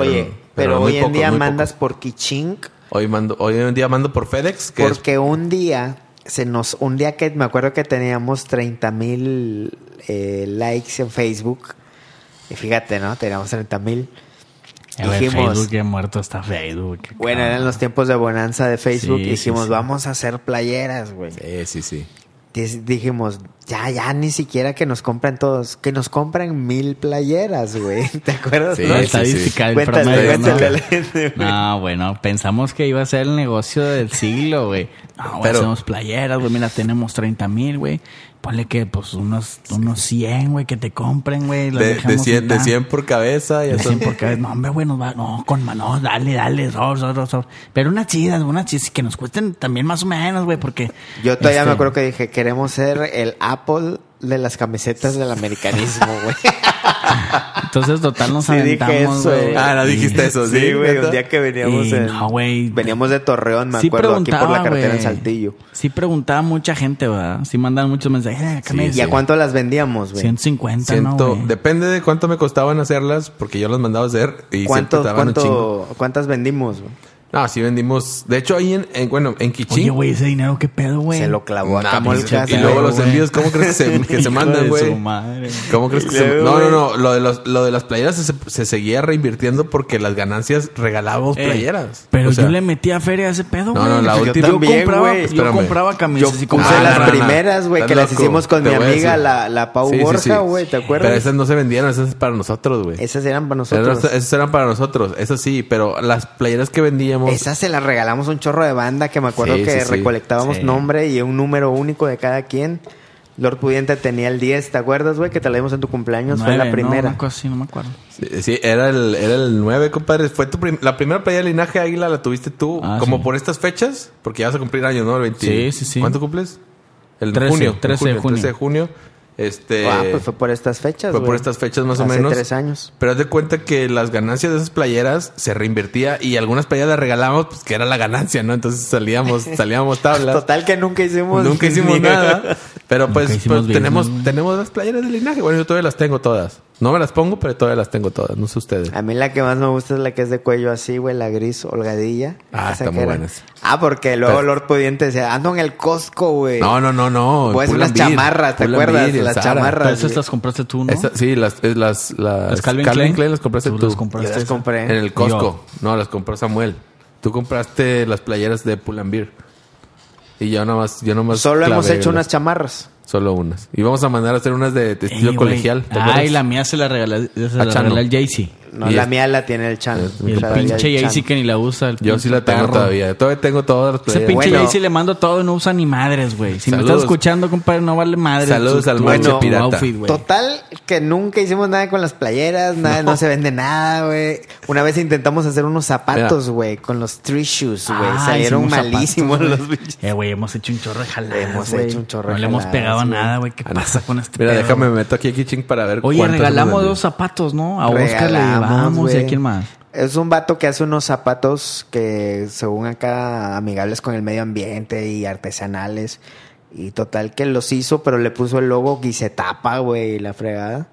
S1: Oye, pero,
S2: muy
S1: hoy en
S2: pocos,
S1: día
S2: muy
S1: mandas
S2: pocos.
S1: por Kichink.
S2: Hoy, mando, hoy en día mando por FedEx, que es-
S1: Porque un día se nos, un día que me acuerdo que teníamos 30 mil eh, likes en Facebook. Y fíjate, ¿no? Teníamos 30 mil.
S3: Eh, güey,
S1: dijimos-
S3: Facebook, que muerto está Facebook. qué
S1: Bueno,
S3: cabrón.
S1: eran los tiempos de bonanza de Facebook.
S3: Ah. Sí,
S1: y dijimos,
S3: sí, sí.
S1: vamos a hacer playeras, güey.
S2: Sí, Eh, sí, sí.
S1: Dis- Dijimos, ya, ya, ni siquiera que nos compren todos, que nos compran mil playeras, güey. [laughs] ¿Te acuerdas?
S2: Sí,
S1: no?
S3: La
S2: Este, sí,
S3: estadística del
S1: Cuéntale,
S3: promedio, ¿no?
S1: cuéntale.
S3: No, bueno, pensamos que iba a ser el negocio del siglo, güey. No, güey,
S2: Pero-
S3: hacemos playeras, güey. Mira, tenemos 30 mil, güey. Ponle que, pues, unos, unos 100, güey, que te compren, güey. las
S2: De, de,
S3: dejamos
S2: 100, de
S3: mitad.
S2: 100 por cabeza. Y
S3: De
S2: eso-
S3: 100 por cabeza. No, hombre, güey, nos va. No, con mano, dale, dale, ror, ror, ror, ror. Pero unas chidas, unas chidas que nos cuesten también más o menos, güey, porque.
S1: Yo todavía
S3: este,
S1: me acuerdo que dije, queremos ser el Apple de las camisetas del americanismo, [laughs] güey.
S3: Entonces, total, nos
S1: Sí, dije
S3: aventamos,
S1: eso.
S3: güey.
S2: Ah, no dijiste eso, sí.
S1: Sí, güey, un
S2: ¿Neta?
S1: día que veníamos
S3: Y
S1: en-
S3: no, güey.
S1: Veníamos de Torreón, me
S3: sí
S1: acuerdo, aquí por la
S3: preguntaba,
S1: carretera en
S3: güey.
S1: Saltillo.
S3: Sí preguntaba mucha gente, ¿verdad? Sí mandaban muchos mensajes. "Eh, acá me
S1: ¿Y a
S3: dicen
S1: cuánto las vendíamos, güey?
S3: 150, ¿no,
S2: Siento,
S3: güey?
S2: depende de cuánto me costaban hacerlas, porque yo las mandaba a hacer y siempre
S1: ¿Cuánto,
S2: estaban un chingo.
S1: cuánto, ¿Cuántas vendimos? güey?
S2: No, sí vendimos. De hecho, ahí en, en- bueno, en Kichín.
S3: Oye, güey, ese dinero, ¿qué pedo, güey?
S1: Se lo clavó
S2: Nah,
S1: acá
S2: pues,
S1: Molcas,
S2: y luego
S1: güey.
S2: los
S3: güey.
S2: envíos, ¿cómo crees que se,
S3: [laughs]
S2: que se
S3: Hijo
S2: mandan,
S3: de
S2: güey?
S3: su madre.
S2: ¿Cómo crees que se.?
S1: Luego,
S2: No, no,
S1: güey.
S2: no. Lo de, los, lo de las playeras se, se seguía reinvirtiendo porque las ganancias regalábamos
S3: Eh,
S2: playeras.
S3: Pero
S2: O sea,
S3: yo le metía feria a ese pedo,
S2: No,
S3: güey.
S2: no, la
S3: yo,
S2: última-
S1: también,
S3: compraba,
S1: güey.
S3: yo
S2: Espérame.
S3: compraba
S1: Yo
S3: camisas
S1: puse
S3: y
S2: Ah,
S3: compraba-
S1: las
S2: no, no, no.
S1: primeras, güey,
S2: Estás
S1: que las
S2: loco.
S1: hicimos con
S2: Te
S1: mi
S2: voy a
S1: amiga,
S2: decir.
S1: la, la Pau
S2: Sí, sí,
S1: Borja,
S2: sí.
S1: güey, ¿te acuerdas?
S2: Pero esas no se vendieron, esas es para nosotros, güey.
S1: Esas eran para
S2: Esas,
S1: nosotros.
S2: esas eran para nosotros, esas sí, pero las playeras que vendíamos.
S1: Esas se las regalamos a un chorro de banda que me acuerdo
S2: Sí,
S1: que
S2: sí, sí.
S1: recolectábamos
S2: Sí.
S1: nombre y un número único de cada quien. Lord Pudiente tenía el 10, ¿te acuerdas, güey? Que te la dimos en tu cumpleaños, fue
S3: Nueve,
S1: la
S3: no,
S1: primera.
S3: una cosa así, no me acuerdo.
S2: Sí, sí, era el, era el 9, compadre. Fue tu prim- la primera playa de linaje águila la tuviste tú,
S3: Ah,
S2: como
S3: sí.
S2: por estas fechas, porque ya vas a cumplir años, ¿no? El 20.
S3: Sí, sí, sí.
S2: ¿Cuánto cumples? El
S3: 13,
S2: junio. en
S3: 13 de junio.
S2: 13 de junio. Este.
S1: Ah, pues fue por estas fechas,
S2: fue por
S1: güey.
S2: estas fechas más o
S1: Hace
S2: menos.
S1: tres años.
S2: Pero haz de cuenta que las ganancias de esas playeras se reinvertía y algunas playeras las regalábamos, pues que era la ganancia, ¿no? Entonces
S1: [laughs]
S2: salíamos, salíamos tablas. Pues,
S1: Total que nunca hicimos... [laughs]
S2: Nunca hicimos
S3: [laughs]
S2: nada. Pero pues,
S3: Nunca hicimos
S2: pues, tenemos,
S3: business, güey.
S2: tenemos las playeras de linaje. Bueno, yo todavía las tengo todas. No me las pongo, pero todavía las tengo todas. No sé ustedes.
S1: A mí la que más me gusta es la que es de cuello así, güey, la gris holgadilla.
S2: Ah,
S1: Esa
S2: está
S1: que
S2: muy
S1: era-
S2: buena esa.
S1: Ah, porque luego
S2: Pero-
S1: Lord Pudiente decía, ando en el Costco, güey.
S2: No, no, no, no.
S1: Pues,
S2: Pull
S1: unas
S2: and Bear.
S1: chamarras, ¿te
S2: Pull and
S1: acuerdas?
S2: Bear y el
S1: Las
S2: Zara.
S1: chamarras.
S3: Pero esas
S1: sí.
S3: las compraste tú, ¿no?
S2: Esa- sí, las, es- las, las,
S3: Las Calvin Klein.
S2: las compraste tú.
S3: Tú las
S1: Yo
S3: compraste.
S1: las compré.
S2: En el Costco. No, las compró Samuel. Tú compraste las playeras de Pull and Beer. Y yo nomás, yo nomás
S1: Solo hemos
S2: clavé
S1: hecho unas
S2: las-
S1: chamarras.
S2: Solo unas. Y vamos a mandar a hacer unas de, de estilo
S3: Ey, güey.
S2: colegial. ¿te acuerdas?
S3: Ay, la mía se la regalé, se
S2: A
S3: la
S2: Chano.
S3: regalé al Jay-Z.
S1: No,
S2: Y
S1: la
S2: es-
S1: mía la tiene el Chan.
S2: es-
S3: Y el
S1: La
S3: pinche
S1: del Chan.
S3: Jay-Z que ni la usa. el
S2: Yo sí la
S3: pinche
S2: tengo
S3: perro.
S2: todavía. Todavía tengo todas las
S3: Ese
S2: playeras.
S3: pinche
S1: Bueno.
S3: Jay-Z le mando todo y no usa ni madres, güey. Si me
S2: Eh, Saludos.
S3: estás escuchando, compadre, no vale madres.
S2: Saludos
S3: tu-
S2: al
S3: tu-
S1: macho
S3: tu
S2: pirata.
S3: outfit, güey.
S1: Total, que nunca hicimos nada con las playeras, nada, no, se vende nada, güey. Una vez intentamos hacer unos zapatos,
S2: Mira.
S1: güey, con los tree shoes, güey.
S3: Ah,
S1: Salieron
S3: hicimos zapatos,
S1: malísimos
S3: güey.
S1: los pinches.
S3: Eh, güey, hemos hecho un chorro de jaladas.
S1: Hemos
S3: güey.
S1: hecho un chorro de
S3: No le hemos
S1: jaladas,
S3: pegado a
S1: güey.
S3: nada, güey. ¿Qué pasa con este
S2: Mira,
S3: pedo?
S2: déjame me meto aquí aquí ching para ver
S3: Oye,
S2: cuántas
S3: regalamos
S2: nos
S3: dos zapatos, ¿no? A Oscar
S1: Regalamos,
S3: le llevamos y
S1: güey.
S3: a quién más.
S1: Es un vato que hace unos zapatos que según acá amigables con el medio ambiente y artesanales. Y total que los hizo, pero le puso el logo y se tapa, güey, y la fregada.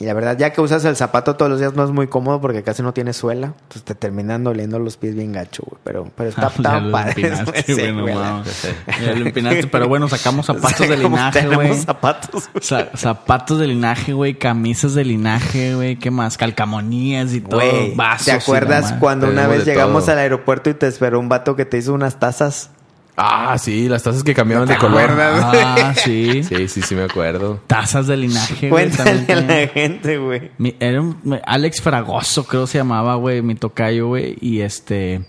S1: Y la verdad, ya que usas el zapato todos los días no es muy cómodo porque casi no tiene suela. Entonces te terminan doliendo los pies bien gacho, güey. Pero,
S3: [laughs]
S1: pero está
S3: Ah, ya
S1: tan
S3: lo
S1: padre. [laughs]
S3: empinaste,
S1: güey,
S3: bueno,
S1: güey, la- [laughs]
S3: mames.
S2: [laughs]
S3: Ya lo empinaste, pero bueno, sacamos zapatos de
S1: Sacamos-
S3: linaje,
S1: tenemos
S3: güey.
S1: zapatos.
S3: Sa- zapatos de linaje, güey, camisas de linaje, güey, ¿qué más? Calcamonías y todo.
S1: Güey,
S3: vasos
S1: ¿te
S3: y la
S1: acuerdas
S3: madre.
S1: cuando una
S2: Tenemos
S1: vez
S2: de
S1: llegamos
S2: todo.
S1: al aeropuerto y te esperó un vato que te hizo unas tazas?
S2: Ah, sí, las tazas que cambiaban de
S1: ¿Te
S2: color.
S1: acuerdas?
S3: Ah, sí.
S2: Sí, sí, sí me acuerdo.
S3: Tazas de linaje, güey. también
S1: Cuéntale a
S3: tenía.
S1: la gente, güey.
S3: Mi- era un- me- Alex Fragoso, creo se llamaba, güey, mi tocayo, güey. Y este.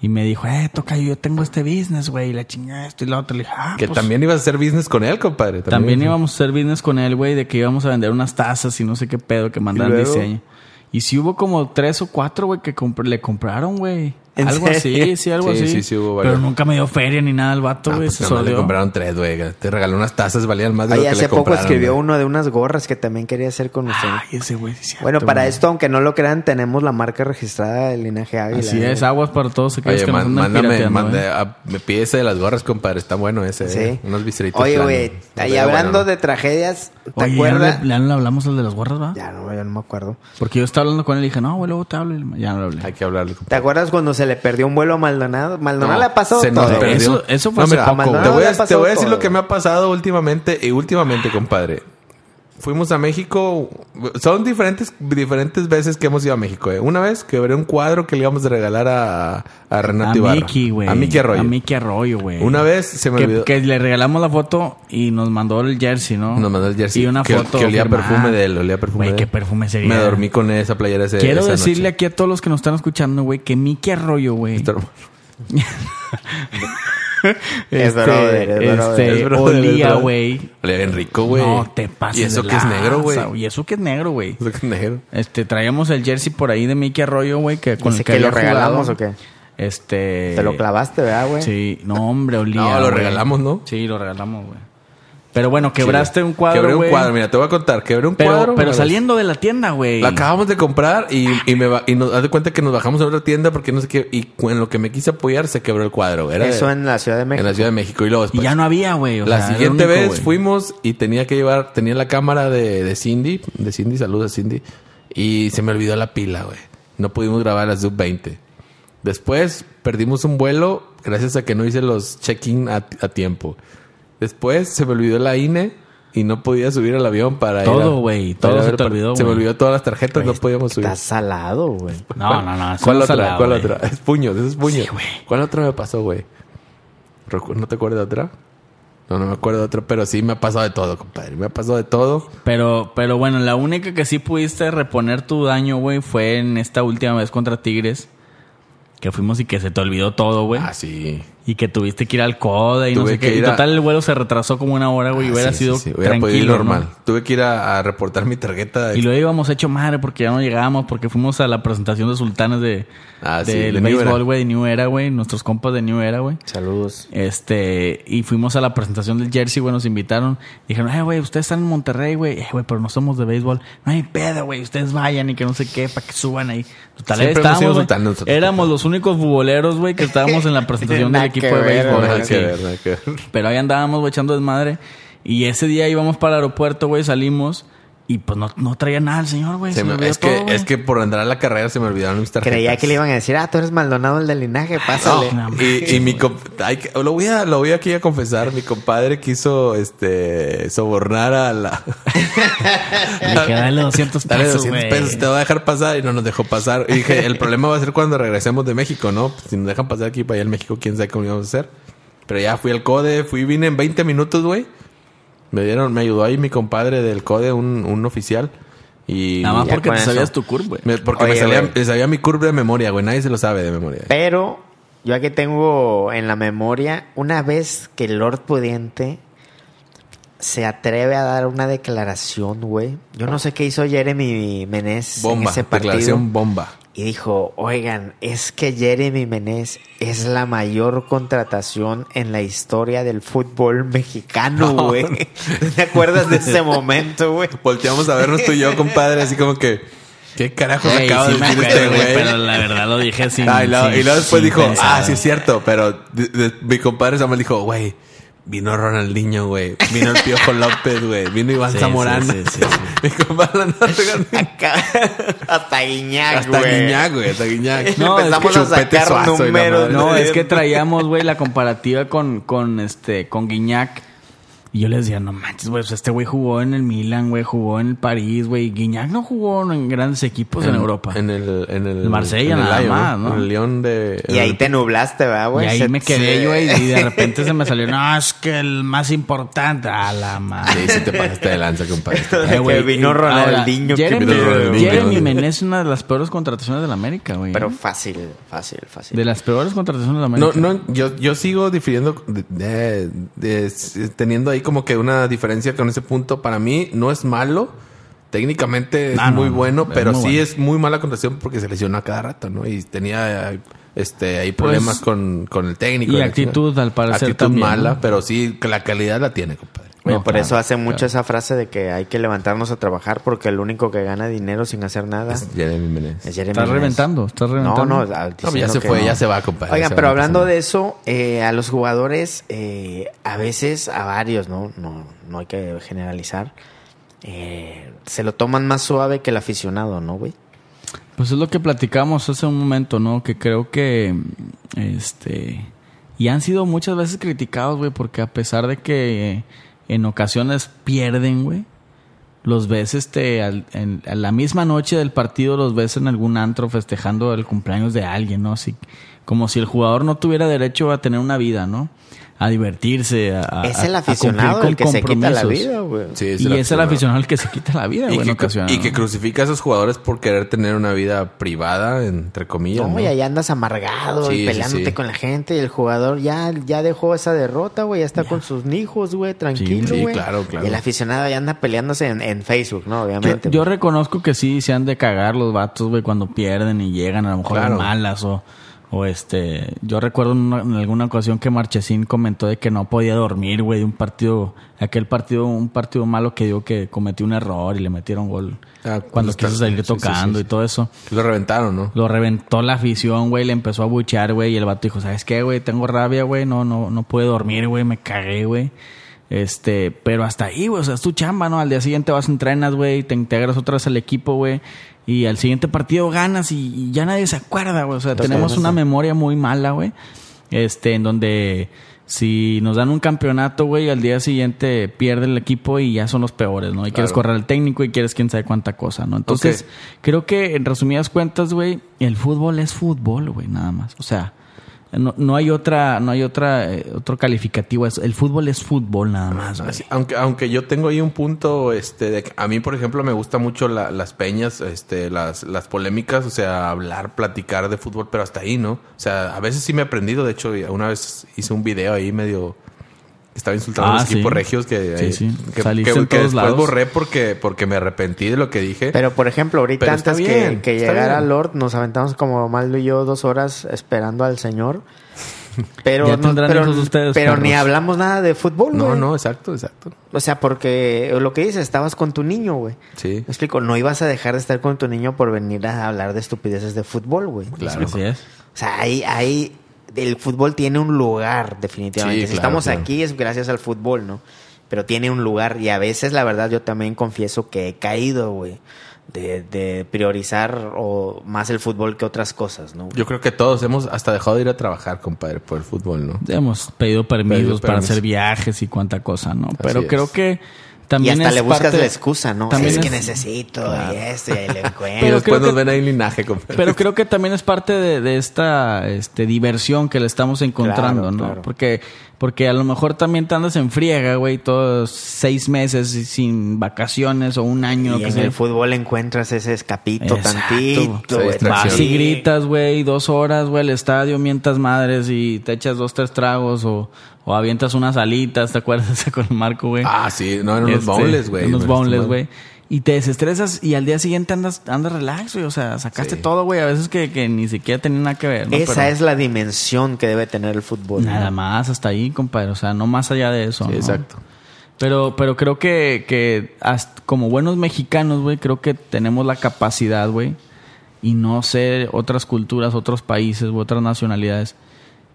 S3: Y me dijo, eh, tocayo, yo tengo este business, güey. Y la chingada, esto y lo otro. Le dije, ah,
S2: Que
S3: pues,
S2: también ibas a hacer business con él, compadre. Ah,
S3: También íbamos a hacer business con él, güey, de que íbamos a vender unas tazas y no sé qué pedo que mandaron
S1: luego?
S3: diseño. Y sí hubo como tres o cuatro, güey, que compr- le compraron, güey.
S1: ¿En
S3: Algo así,
S1: serio?
S3: sí, algo
S2: Sí,
S3: así.
S2: sí, sí hubo varios.
S3: Pero nunca me dio feria ni nada el vato,
S2: Ah,
S3: güey.
S2: pues
S3: se
S2: nomás le
S3: sordió.
S2: compraron tres, güey. Te regaló unas tazas, valían más de
S1: Ay,
S2: lo que
S1: hace
S2: le
S1: poco
S2: compraron.
S1: escribió
S2: güey.
S1: uno de unas gorras que también quería hacer con usted.
S3: Ay, ese güey. sí es cierto,
S1: bueno, para
S3: güey.
S1: esto, aunque no lo crean, tenemos la marca registrada del linaje Águila.
S3: Así
S1: ¿eh?
S3: es, ah, aguas para todos aquellos
S2: Oye,
S3: que
S2: man-
S3: nos andan
S2: mándame,
S3: pirateando, ¿eh?
S2: mande-
S3: güey.
S2: ah, me pide ese de las gorras, compadre. Está bueno ese.
S1: Sí.
S2: eh. Unos Pues bicicletas.
S1: Oye, güey, ahí hablando de tragedias, ¿te
S3: Oye, ya no
S1: acuerdas?
S3: le, ya no le hablamos al de las gorras, ¿va?
S1: Ya no, yo no me acuerdo.
S3: Porque yo estaba hablando con él y dije, no, güey, luego te hablo. y Ya no le hablé.
S2: Hay que hablarle, compadre.
S1: ¿Te acuerdas cuando se le perdió un vuelo a Maldonado? Maldonado
S2: No,
S1: le ha pasado
S2: se nos
S1: todo. güey.
S2: perdió.
S3: Eso- eso fue hace poco,
S2: Te
S1: güey.
S2: voy,
S1: Le
S2: a,
S1: ha
S2: te
S1: pasado
S2: voy a decir
S1: todo.
S2: lo que me ha pasado últimamente y últimamente, compadre. Fuimos a México. Son diferentes, diferentes veces que hemos ido a México. eh. Una vez quebré un cuadro que le íbamos a regalar a, a Renato
S3: a
S2: Ibarra.
S3: Mickey, güey.
S2: A Mickey Arroyo.
S3: A Mickey Arroyo, güey.
S2: Una vez se me
S3: que,
S2: olvidó.
S3: que le regalamos la foto y nos mandó el jersey, ¿no?
S2: Nos mandó el jersey.
S3: Y una
S2: que,
S3: foto.
S2: Que olía
S3: firmada.
S2: perfume de él. Olía perfume
S3: Güey,
S2: de él.
S3: qué perfume sería.
S2: Me dormí con esa playera ese
S3: Quiero
S2: esa
S3: decirle
S2: noche.
S3: aquí a todos los que nos están escuchando, güey, que Mickey Arroyo, güey.
S2: Está hermoso.
S1: Es brother, es brother.
S3: este,
S2: Es brother, es
S3: olía,
S2: brother.
S3: güey.
S2: Olía bien rico, güey.
S3: No te pases.
S2: Y eso
S3: de
S2: que es negro, güey.
S3: lanza, Y eso que es negro, güey.
S2: Eso que es negro.
S3: Este, traíamos el jersey por ahí de Mickey Arroyo, güey, que con
S1: Dice
S3: el que,
S1: que lo
S3: había jugado.
S1: regalamos, ¿o qué?
S3: Este.
S1: Te lo clavaste, ¿verdad, güey?
S3: Sí, no, hombre, olía.
S2: No, lo
S3: güey.
S2: regalamos, ¿no?
S3: Sí, lo regalamos, güey. Pero bueno, quebraste un cuadro.
S2: Quebré un
S3: güey.
S2: cuadro, mira, te voy a contar. Quebré un
S3: Pero,
S2: cuadro.
S3: pero
S2: me
S3: saliendo de la tienda, güey.
S2: La acabamos de comprar y, y me ba- y nos das de cuenta que nos bajamos a otra tienda porque no sé qué. Y cu- en lo que me quise apoyar se quebró el cuadro. Era
S1: Eso
S2: de-
S1: en la Ciudad de México.
S2: en la Ciudad de México. Y luego
S3: Y
S2: después,
S3: ya no había, güey. o
S2: la
S3: sea, era
S2: siguiente
S3: único,
S2: vez
S3: güey.
S2: fuimos y tenía que llevar, tenía la cámara de, de Cindy, de Cindy, saludos a Cindy. Y se me olvidó la pila, güey. No pudimos grabar la sub-20. Después perdimos un vuelo gracias a que no hice los check-in a, a tiempo. Después se me olvidó la INE y no podía subir al avión para ir a-
S3: Todo, güey, todo
S2: para ir a
S3: se
S2: ver
S3: te
S2: pa-
S3: olvidó,
S2: Se me
S3: güey.
S2: olvidó todas las tarjetas, no podíamos subir.
S1: Está salado, güey.
S3: No, no, no. eso
S2: ¿Cuál
S3: no se
S2: otra?
S3: da,
S2: ¿Cuál
S3: güey.
S2: otra? Es puños, eso es puños.
S3: Sí, güey.
S2: ¿Cuál otra me pasó, güey? Recu- ¿No te acuerdas de otra? No, no me acuerdo de otra, pero sí me ha pasado de todo, compadre. Me ha pasado de todo.
S3: Pero, pero bueno, la única que sí pudiste reponer tu daño, güey, fue en esta última vez contra Tigres. Que fuimos y que se te olvidó todo, güey.
S2: Ah, sí.
S3: Y que tuviste que ir al CODA y no
S2: Tuve
S3: sé
S2: que
S3: qué. Y
S2: ir a-
S3: total, el vuelo se retrasó como una hora, güey. y
S2: Ah,
S3: hubiera
S2: sí,
S3: sido
S2: sí, sí. Hubiera podido ir
S3: tranquilo, ¿no?
S2: normal. Tuve que ir a, a reportar mi tarjeta. de-
S3: Y luego íbamos hecho madre porque ya no llegábamos, porque fuimos a la presentación de Sultanes de,
S2: Ah, sí,
S3: del
S2: de New Era.
S3: béisbol, güey, de New Era, güey. Nuestros compas de New Era, güey.
S1: Saludos.
S3: Este, y fuimos a la presentación del jersey, güey, nos invitaron. Dijeron, eh, güey, ustedes están en Monterrey, güey. Eh, güey, pero no somos de béisbol. No hay pedo, güey, ustedes vayan y que no sé qué, para que suban ahí. Total,
S2: Siempre
S3: ahí
S2: hemos
S3: estábamos,
S2: sido
S3: güey.
S2: sultanes nosotros.
S3: Éramos los únicos futboleros, güey, que estábamos
S2: [laughs]
S3: en la presentación del
S1: Nada
S3: equipo
S1: que
S3: de
S1: ver,
S3: béisbol.
S1: güey.
S2: Nada
S3: güey,
S2: que
S3: sí.
S2: ver, nada que ver.
S3: Pero ahí andábamos, güey, echando desmadre. Y ese día íbamos para el aeropuerto, güey, salimos. Y pues no, no traía nada el señor, güey.
S2: Se
S3: se
S2: me-
S3: olvidó
S2: es, que,
S3: todo, güey.
S2: es que por andar a la carrera se me olvidaron mis tarjetas. Ah,
S1: Creía que le iban a decir, ah, tú eres Maldonado el del linaje, pásale.
S3: No.
S2: Y, y mi comp- hay que- lo voy a lo voy aquí a confesar mi compadre quiso este sobornar a la
S3: Le dije, dale 200
S2: Dale
S3: pesos,
S2: 200
S3: güey.
S2: pesos, te voy a dejar pasar y no nos dejó pasar. Y dije, el problema va a ser cuando regresemos de México, ¿no? Pues, si nos dejan pasar aquí para allá en México, quién sabe cómo íbamos a hacer. Pero ya fui al CODE, fui, vine en 20 minutos, güey. Me dieron, me ayudó ahí mi compadre del CODE, un, un oficial. Y
S3: Nada más
S1: Ya
S3: porque
S1: con
S3: te
S1: eso.
S3: sabías tu curva, güey.
S2: me- porque me
S1: Oye,
S2: salía,
S1: güey.
S2: me salía mi curva de memoria, güey. Nadie se lo sabe de memoria.
S1: Pero yo aquí tengo en la memoria una vez que el Lord Pudiente se atreve a dar una declaración, güey. Yo no sé qué hizo Jeremy Menés en
S2: Bomba,
S1: ese partido.
S2: declaración bomba.
S1: Y dijo, oigan, es que Jeremy Menés es la mayor contratación en la historia del fútbol mexicano, güey. [laughs] ¿Te acuerdas de ese momento, güey?
S2: Volteamos a vernos tú y yo, compadre, así como que, ¿qué carajo me
S3: Güey,
S2: acaba
S3: sí
S2: de
S3: me
S2: decir
S3: acuerdo,
S2: este
S3: güey,
S2: güey?
S3: Pero la verdad lo dije sin.
S2: Ah, y, luego,
S3: sin-
S2: y luego después
S3: sin
S2: dijo, ah,
S3: pensar".
S2: sí es cierto, pero de- de- mi compadre Samuel dijo, güey, vino Ronaldinho, güey, vino el Piojo López, güey, vino Iván
S3: Sí,
S2: Zamorano.
S3: sí, sí, sí, sí.
S2: [laughs] mi compadre andaba pegando
S1: Acá- [laughs] Hasta Guiñac,
S2: hasta
S1: güey.
S2: Guiñac, güey,
S1: [laughs]
S2: hasta Guiñac.
S3: No, es
S1: Empezamos a
S2: Chupete
S1: sacar
S2: Suazo y la
S1: números.
S2: madre.
S3: No, eh,
S1: de-
S3: es que traíamos, güey, la comparativa con, con este, con Guiñac. Y yo les decía, no manches, güey, pues este güey jugó en el Milan, güey, jugó en el París, güey. Guiñac no jugó en grandes equipos pues, en, Europa.
S2: En el, en el
S3: Marsella
S2: en el
S3: nada
S2: Lyon,
S3: más, ¿no?
S2: En el León de.
S1: Y ahí te nublaste, ¿verdad, güey?
S3: y ahí
S1: Se-
S3: me quedé
S1: se- [laughs]
S3: yo güey, y de repente se me salió, no, es que el más importante, a la
S2: Sí,
S3: madre.
S2: sí te pasaste de lanza,
S1: [laughs]
S2: compadre.
S3: Eh,
S1: Que vino Ronaldinho, que
S3: Jeremy,
S2: vino Ronaldinho.
S3: Jeremy Menez es una de las peores contrataciones de la América, güey. ¿eh?
S1: Pero fácil, fácil, fácil.
S3: De las peores contrataciones de la América.
S2: No, no, yo, yo sigo difiriendo, de- de- de- s- teniendo ahí como que una diferencia con ese punto. Para mí no es malo, técnicamente es
S3: Ah, no,
S2: muy
S3: no,
S2: bueno,
S3: es
S2: pero
S3: muy
S2: sí
S3: bueno.
S2: es muy mala contratación porque se lesiona cada rato, ¿no? Y tenía eh, este ahí problemas con, con el técnico.
S3: Pues, y
S2: la
S3: actitud,
S2: chingada.
S3: al parecer,
S2: Actitud
S3: también,
S2: mala,
S3: ¿no?
S2: pero sí que la calidad la tiene, compadre.
S1: Oye,
S3: No,
S1: por
S3: claro,
S1: eso hace mucho
S3: claro.
S1: esa frase de que hay que levantarnos a trabajar porque el único que gana dinero sin hacer nada es
S2: Jeremy Menez.
S1: Jeremy Menez.
S3: Estás reventando, estás
S1: No,
S3: reventando.
S1: no,
S2: No, ya se fue, ya se va, compadre.
S1: Oigan,
S2: Se va,
S1: pero
S2: no
S1: hablando
S2: pasa
S1: de eso, eh, a los jugadores, eh, a veces, a varios, ¿no? No, no hay que generalizar. eh, se lo toman más suave que el aficionado, ¿no, güey?
S3: Pues es lo que platicamos hace un momento, ¿no? Que creo que, este, y han sido muchas veces criticados, güey, porque a pesar de que eh, en ocasiones pierden, güey, los ves, este, al- en, a la misma noche del partido los ves en algún antro festejando el cumpleaños de alguien, ¿no? Así, como si el jugador no tuviera derecho a tener una vida, ¿no? A divertirse, a, a-
S1: es el
S3: a cumplir
S1: aficionado
S3: con
S1: el que se quita la
S3: compromisos.
S1: vida, güey.
S2: Sí,
S3: y es el aficionado el que se quita la vida,
S2: Y
S3: güey, en
S2: que,
S3: ocasiones,
S2: y que
S3: ¿no?
S2: crucifica a esos jugadores por querer tener una vida privada, entre comillas.
S1: No,
S2: ¿no?
S1: y ahí andas amargado
S2: Sí, sí,
S1: y peleándote
S2: sí.
S1: con la gente y el jugador ya, ya dejó esa derrota, güey, ya está con sus hijos, güey, tranquilo,
S2: Sí,
S1: güey.
S2: claro, claro.
S1: Y el aficionado ya anda peleándose en, en Facebook, ¿no?
S3: Yo,
S1: Obviamente.
S3: yo
S1: güey.
S3: reconozco que sí se han de cagar los vatos, güey, cuando pierden y llegan a lo mejor
S2: Claro.
S3: malas o, O este, yo recuerdo en, una- en alguna ocasión que Marchesín comentó de que no podía dormir, güey, de un partido, aquel partido, un partido malo que dio que cometió un error y le metieron gol.
S2: Ah,
S3: cuando
S2: está-
S3: quiso salir
S2: sí, sí,
S3: tocando
S2: sí,
S3: y todo eso.
S2: Lo reventaron, ¿no?
S3: Lo reventó la afición, güey, le empezó a buchear, güey, y el vato dijo, ¿sabes qué, güey? Tengo rabia, güey, no, no, no pude dormir, güey, me cagué, güey. Este, pero hasta ahí, güey, o sea, es tu chamba, ¿no? Al día siguiente vas, entrenas, güey, te integras otra vez al equipo, güey, y al siguiente partido ganas y, y ya nadie se acuerda, güey, o sea, tenemos una memoria muy mala, güey, este, en donde si nos dan un campeonato, güey, al día siguiente pierde el equipo y ya son los peores, ¿no? Y quieres correr al técnico y quieres quién sabe cuánta cosa, ¿no? Entonces,
S2: Ok.
S3: creo que en resumidas cuentas, güey, el fútbol es fútbol, güey, nada más. O sea, no, no hay otra, no hay otra, eh, otro calificativo. Es- El fútbol es fútbol nada más, güey.
S2: Así- aunque, aunque yo tengo ahí un punto, este, de que a mí, por ejemplo, me gusta mucho la- las peñas, este, las, las polémicas, o sea, hablar, platicar de fútbol, pero hasta ahí, ¿no? O sea, a veces sí me he aprendido, de hecho, una vez hice un video ahí medio... Estaba insultando a
S3: Ah,
S2: los equipos
S3: sí.
S2: regios que,
S3: Sí, sí.
S2: que,
S3: Saliste
S2: que-
S3: en
S2: que
S3: todos
S2: después
S3: lados.
S2: borré porque, porque me arrepentí de lo que dije.
S1: Pero por ejemplo, ahorita
S2: Pero está
S1: antes
S2: bien,
S1: que, que
S2: está
S1: llegara
S2: bien.
S1: Lord, nos aventamos como Maldo y yo dos horas esperando al señor. Pero,
S3: [laughs] Ya
S1: no-
S3: tendrán
S1: pero,
S3: hijos ustedes,
S1: pero ni
S3: perros.
S1: hablamos nada de fútbol,
S2: no,
S1: güey.
S2: no, exacto, exacto.
S1: O sea, porque lo que dices, estabas con tu niño, güey.
S2: Sí.
S1: Me explico, no ibas a dejar de estar con tu niño por venir a hablar de estupideces de fútbol, güey.
S2: Claro.
S3: Así es.
S1: O sea, ahí, ahí el fútbol tiene un lugar, definitivamente.
S2: Sí,
S1: si
S2: claro,
S1: estamos
S2: claro.
S1: aquí es gracias al fútbol, ¿no? Pero tiene un lugar y a veces, la verdad, yo también confieso que he caído, güey, de, de priorizar o más el fútbol que otras cosas, ¿no?
S2: Yo creo que todos hemos hasta dejado de ir a trabajar, compadre, por el fútbol, ¿no?
S3: Hemos pedido permisos
S2: Pedido
S3: para
S2: permiso.
S3: hacer viajes y cuánta cosa, ¿no? Pero
S2: es.
S3: creo que
S1: y
S3: también
S1: hasta
S3: es
S1: le buscas
S3: parte-
S1: la excusa, ¿no?
S3: también
S1: es, que
S3: es-
S1: necesito y esto y ahí lo
S2: y
S1: encuentro.
S3: [laughs] Pero creo
S2: después nos
S3: que-
S2: ven ahí en linaje, compadre.
S3: Pero creo que también es parte de, de esta este, diversión que le estamos encontrando,
S1: Claro,
S3: ¿no?
S1: claro.
S3: Porque, porque a lo mejor también te andas en friega, güey, todos seis meses sin vacaciones o un año.
S1: y
S3: que
S1: en
S3: sea.
S1: el fútbol encuentras ese escapito
S3: Exacto.
S1: tantito. güey.
S2: distracción.
S3: Vas
S1: Sí.
S3: y gritas, güey, dos horas, güey, al estadio, mientas madres y te echas dos, tres tragos o, o avientas unas alitas, ¿te acuerdas? [laughs] Con el marco, güey.
S2: Ah, sí, no, en unos
S3: Este,
S2: bowls, güey.
S3: Unos
S2: Me
S3: bowls,
S2: lastimaba.
S3: güey. Y te desestresas y al día siguiente andas, andas relax, güey. O sea, sacaste todo, güey. A veces que, que ni siquiera tenía nada que ver. ¿no?
S1: Esa
S3: Pero
S1: es la dimensión que debe tener el fútbol.
S3: Nada
S1: ¿no?
S3: más hasta ahí, compadre. O sea, no más allá de eso.
S2: Pues Sí,
S3: ¿no?
S2: exacto.
S3: Pero, pero creo que, que hasta- como buenos mexicanos, güey, creo que tenemos la capacidad, güey, y no sé otras culturas, otros países u otras nacionalidades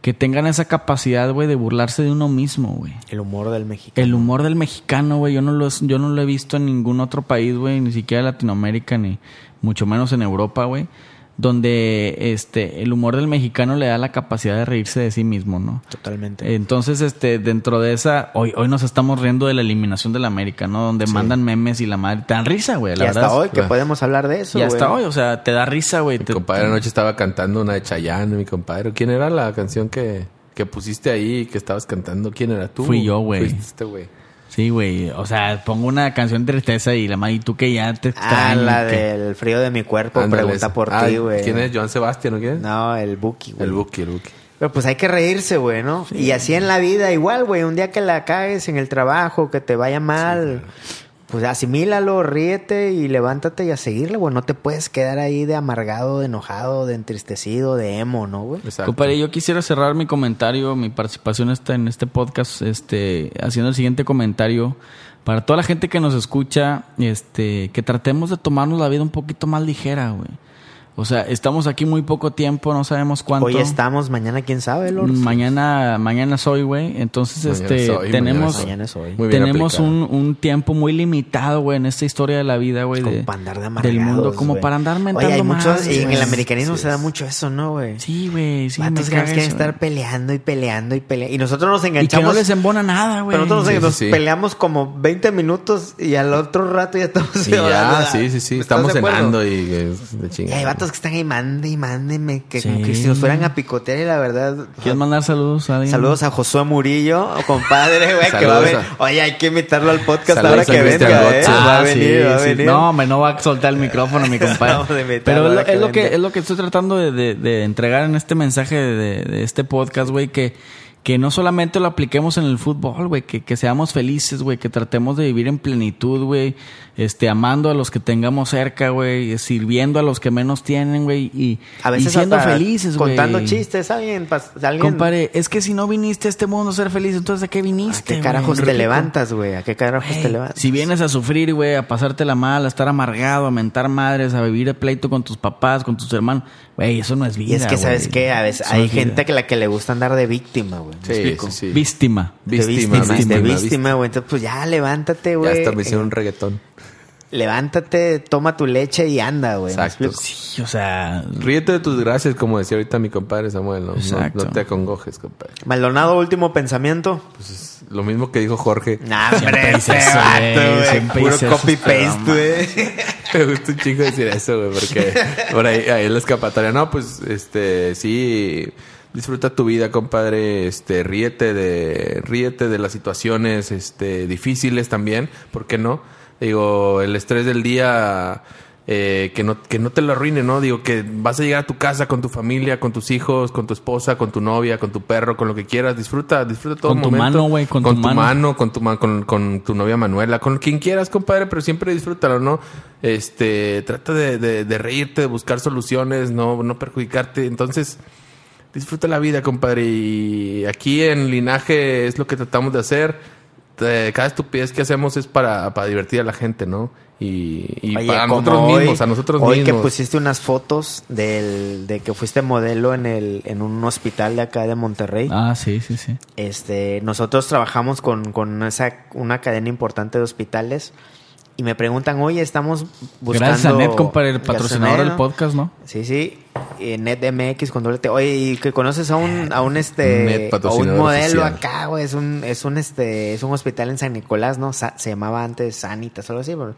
S3: que tengan esa capacidad, güey, de burlarse de uno mismo, güey.
S1: El humor del mexicano.
S3: El humor del mexicano, güey, yo no lo yo no lo he visto en ningún otro país, güey, ni siquiera en Latinoamérica ni mucho menos en Europa, güey, donde este el humor del mexicano le da la capacidad de reírse de sí mismo, ¿no?
S1: Totalmente.
S3: Entonces, este, dentro de esa, hoy, hoy nos estamos riendo de la eliminación del América, ¿no? Donde mandan memes y la madre. Te dan risa, güey, la
S1: y hasta
S3: verdad.
S1: hoy que podemos hablar de eso.
S3: Y hasta
S1: güey.
S3: hoy, o sea, te da risa, güey.
S2: Mi
S3: te-
S2: compadre anoche estaba cantando una de Chayanne, mi compadre. ¿Quién era la canción que, que pusiste ahí que estabas cantando? ¿Quién era tú?
S3: Fui yo, güey.
S2: Fuiste este güey.
S3: Sí, güey. O sea, pongo una canción de tristeza y la madre, y tú que ya te
S1: Ah,
S3: extraño,
S1: la
S3: que-
S1: del frío de mi cuerpo.
S2: Ándale,
S1: pregunta
S2: ese.
S1: por
S2: Ah,
S1: ti, güey.
S2: ¿Quién es? ¿Joan Sebastián o quién? es?
S1: No, el Buki, güey.
S2: El Buki, el Buki.
S1: Pero pues hay que reírse, güey, ¿no? Y así en la vida, igual, güey. Un día que la caes en el trabajo, que te vaya mal. Pues asimílalo, ríete y levántate y a seguirle, güey. No te puedes quedar ahí de amargado, de enojado, de entristecido, de emo, ¿no, güey?
S2: Exacto.
S3: Compadre, yo quisiera cerrar mi comentario, mi participación esta- en este podcast, este, haciendo el siguiente comentario. Para toda la gente que nos escucha, este, que tratemos de tomarnos la vida un poquito más ligera, güey. O sea, estamos aquí muy poco tiempo, no sabemos cuánto.
S1: Hoy estamos, mañana quién sabe, Lord.
S3: Mañana, mañana soy, güey. Entonces,
S2: Mañana
S3: este,
S2: soy, mañana
S3: tenemos,
S2: soy.
S1: Pues, Mañana es hoy.
S2: Muy bien
S3: tenemos
S2: aplicado.
S3: un, un tiempo muy limitado, güey, en esta historia de la vida, güey.
S1: Como
S3: de-
S1: para andar de
S3: Del
S1: amargados,
S3: mundo, como
S1: güey.
S3: para andar mentando
S1: Oye, hay muchos,
S3: madres,
S1: y en
S3: güey.
S1: el americanismo se da mucho eso, ¿no, güey?
S3: Sí, güey, sí,
S1: Vatos
S3: me
S1: que nos
S3: caga
S1: quieren
S3: eso,
S1: estar
S3: güey.
S1: peleando y peleando y peleando. Y nosotros nos
S3: Y que
S1: enganchamos.
S3: no les embona nada, güey.
S1: pero nosotros
S2: Sí,
S1: nos-
S2: sí,
S1: nos
S2: sí.
S1: peleamos como 20 minutos y al otro rato ya estamos. [laughs]
S2: Sí, ya,
S1: ¿verdad?
S2: sí, sí, sí.
S1: ¿Estás
S2: Estamos
S1: de acuerdo?
S2: cenando y eh, de
S1: Y
S2: chingada.
S1: hay vatos que están ahí, mande y mándeme. Que como
S3: Sí.
S1: que si nos fueran a picotear y la verdad.
S3: ¿Quieres mandar saludos a alguien?
S1: Saludos a Josué Murillo, compadre, güey, que va a
S2: Saludos
S1: ver.
S2: a-
S1: Oye, hay que invitarlo al podcast
S2: Saludos
S1: ahora
S2: a
S1: que
S2: Cristian
S1: venga,
S2: Gotze.
S1: ¿eh?
S2: Ah,
S1: Va a venir, va a venir.
S3: No, hombre, no va
S1: [laughs]
S3: a soltar el micrófono, mi
S1: No, de
S3: compadre.
S1: metal,
S3: Pero es lo,
S1: ahora que
S3: es lo que
S1: vende.
S3: es lo que estoy tratando de, de- de entregar en este mensaje de, de este podcast, güey, que, que no solamente lo apliquemos en el fútbol, güey, que, que seamos felices, güey, que tratemos de vivir en plenitud, güey, este, amando a los que tengamos cerca, güey, sirviendo a los que menos tienen, güey, y,
S1: A
S3: y
S1: veces
S3: siendo
S1: hasta
S3: felices, güey.
S1: Contando chistes, alguien. pas- alguien
S3: Compadre, es que si no viniste a este mundo a ser feliz, entonces ¿a qué
S1: ¿A
S3: viniste?
S1: qué
S3: güey?
S1: carajos te
S3: Enrique?
S1: levantas, güey? ¿A qué carajos te
S3: Ey,
S1: levantas?
S3: Si vienes a sufrir, güey, a pasártela mal, a estar amargado, a mentar madres, a vivir el pleito con tus papás, con tus hermanos, güey, eso no es vida.
S1: Y es que, ¿sabes
S3: güey.
S1: qué? A veces
S3: Eso no
S1: hay
S3: es vida.
S1: gente que la que le gusta andar de víctima, güey. ¿Me
S2: Sí,
S1: explico?
S2: sí, sí.
S3: Víctima.
S1: De
S2: Víctima,
S1: víctima,
S2: víctima,
S1: de
S2: víctima.
S1: víctima, güey. Entonces, pues ya, levántate,
S2: Ya
S1: güey. eh,
S2: hasta me hicieron un reggaetón.
S1: Levántate, toma tu leche y anda, güey. ¿Me
S2: Exacto.
S1: explico?
S3: Sí, o sea,
S2: Ríete de tus gracias, como decía ahorita mi compadre Samuel. No, No-
S3: Exacto.
S2: no te acongojes, compadre. Pues
S1: Maldonado, último pensamiento.
S2: Lo mismo que dijo Jorge.
S1: Nah,
S3: Siempre
S1: hombre,
S3: dice
S1: ese
S3: eso, güey.
S1: vato, güey.
S3: Siempre
S1: Puro
S3: dice eso,
S1: copy-paste,
S3: pero,
S1: güey.
S2: [laughs] Me gusta un chingo decir eso, güey, porque por ahí, ahí es la escapatoria. No, pues, este, sí, disfruta tu vida, compadre. Este, ríete de, ríete de las situaciones, este, difíciles también. ¿Por qué no? Digo, el estrés del día, eh, que no, que no te lo arruine, ¿no? Digo, que vas a llegar a tu casa con tu familia, con tus hijos, con tu esposa, con tu novia, con tu perro, con lo que quieras. Disfruta, disfruta todo
S3: Con tu
S2: momento.
S3: mano, güey, con tu mano.
S2: mano no, con tu ma- con, con tu novia Manuela, con quien quieras, compadre, pero siempre disfrútalo, ¿no? Este, trata de, de- de reírte, de buscar soluciones, no, no perjudicarte. Entonces, disfruta la vida, compadre. Y aquí en Linaje es lo que tratamos de hacer. Te- Cada estupidez que hacemos es para, para divertir a la gente, ¿no? Y, y
S1: Oye,
S2: para
S1: como
S2: nosotros
S1: hoy-
S2: mismos, a nosotros
S1: hoy
S2: mismos.
S1: que pusiste unas fotos del, de que fuiste modelo en, el, en un hospital de acá de Monterrey.
S3: ah, sí, sí, sí.
S1: Este, nosotros trabajamos con, con esa, una cadena importante de hospitales y me preguntan, oye, estamos buscando...
S3: Gracias a Net, compadre, el
S1: Gracias a
S3: patrocinador
S1: Net,
S3: del
S1: ¿no?
S3: podcast, ¿no?
S1: Sí, sí. Eh, NetMX con doble T. Oye, y que conoces a un, a un este
S2: Ah, Net
S1: a un
S2: patrocinador
S1: modelo
S2: oficial.
S1: acá, güey. Es un, es un este, es un hospital en San Nicolás, ¿no? Sa- se llamaba antes Sanitas, algo así, pero-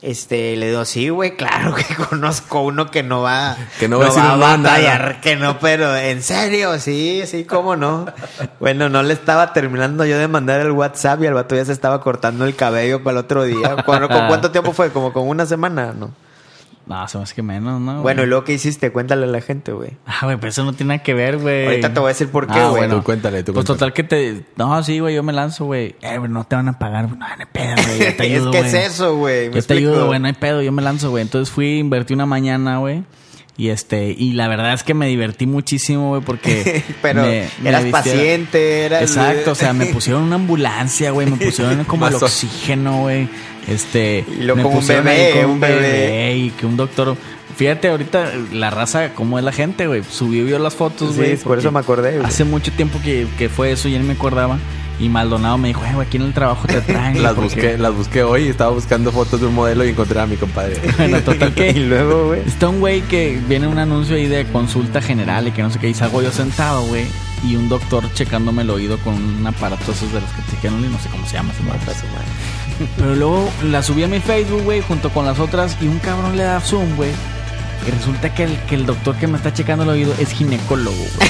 S1: Este, le digo, sí, güey, claro que [laughs] conozco uno que no va,
S2: Que no va a decir
S1: a
S2: no, nada.
S1: batallar, que no, pero en serio, sí, sí, cómo no. Bueno, no le estaba terminando yo de mandar el WhatsApp y al vato ya se estaba cortando el cabello para el otro día. ¿Cuándo- ¿Con cuánto tiempo fue? Como con una semana, ¿no?
S3: No, Ah, se me hace que menos, ¿no?
S1: Bueno, ¿y
S3: güey?
S1: luego qué hiciste? Cuéntale a la gente, güey.
S3: Ah, güey, pero eso no tiene nada que ver, güey.
S1: Ahorita te voy a decir por qué,
S3: Ah,
S1: güey.
S2: Tú cuéntale, tú
S3: pues
S2: cuéntale.
S3: total que te... No, sí, güey, yo me lanzo, güey. Eh, güey, no te van a pagar, güey. No, no hay pedo, güey. Yo te
S1: [laughs] es
S3: ayudo,
S1: que es
S3: güey.
S1: eso, güey. ¿me
S3: Yo te
S1: explico?
S3: ayudo, güey, no hay pedo, yo me lanzo, güey. Entonces fui, invertí una mañana, güey. Y este, y la verdad es que me divertí muchísimo, güey, porque.
S1: [laughs] [laughs] Pero
S3: me- me
S1: eras
S3: vistieron-
S1: paciente, eras.
S3: Exacto, o
S1: [laughs]
S3: sea, me pusieron una ambulancia, güey, me pusieron como el
S2: Mazo.
S3: oxígeno, güey. Este,
S1: Y lo
S3: me
S1: como un
S3: pusieron
S1: bebé,
S3: ahí como
S1: un bebé.
S3: Y que un doctor. Fíjate, ahorita la raza, cómo es la gente, güey. Subió y vio las fotos,
S1: Sí,
S3: güey.
S1: por eso
S3: porque
S1: me acordé, güey.
S3: Hace mucho tiempo que, que fue eso y él me acordaba. Y Maldonado me dijo, "Eh, güey, aquí en el trabajo
S1: [laughs]
S3: te traen.
S2: Las
S3: porque-
S2: busqué, las busqué hoy y estaba buscando fotos de un modelo y encontré a mi [laughs] compadre.
S3: [laughs] Bueno, total que.
S1: [laughs] [laughs] Y luego, güey.
S3: Está un güey que viene un anuncio ahí de consulta general y que no sé qué, y salgo yo sentado, güey, y un doctor checándome el oído con un aparato esos de los que te chequean, no sé cómo se llama ese aparato. Pero luego la subí a mi Facebook, güey, junto con las otras, y un cabrón le da zoom, güey. Y resulta que el, que el doctor que me está checando el oído es
S1: [laughs]
S3: ginecólogo, güey.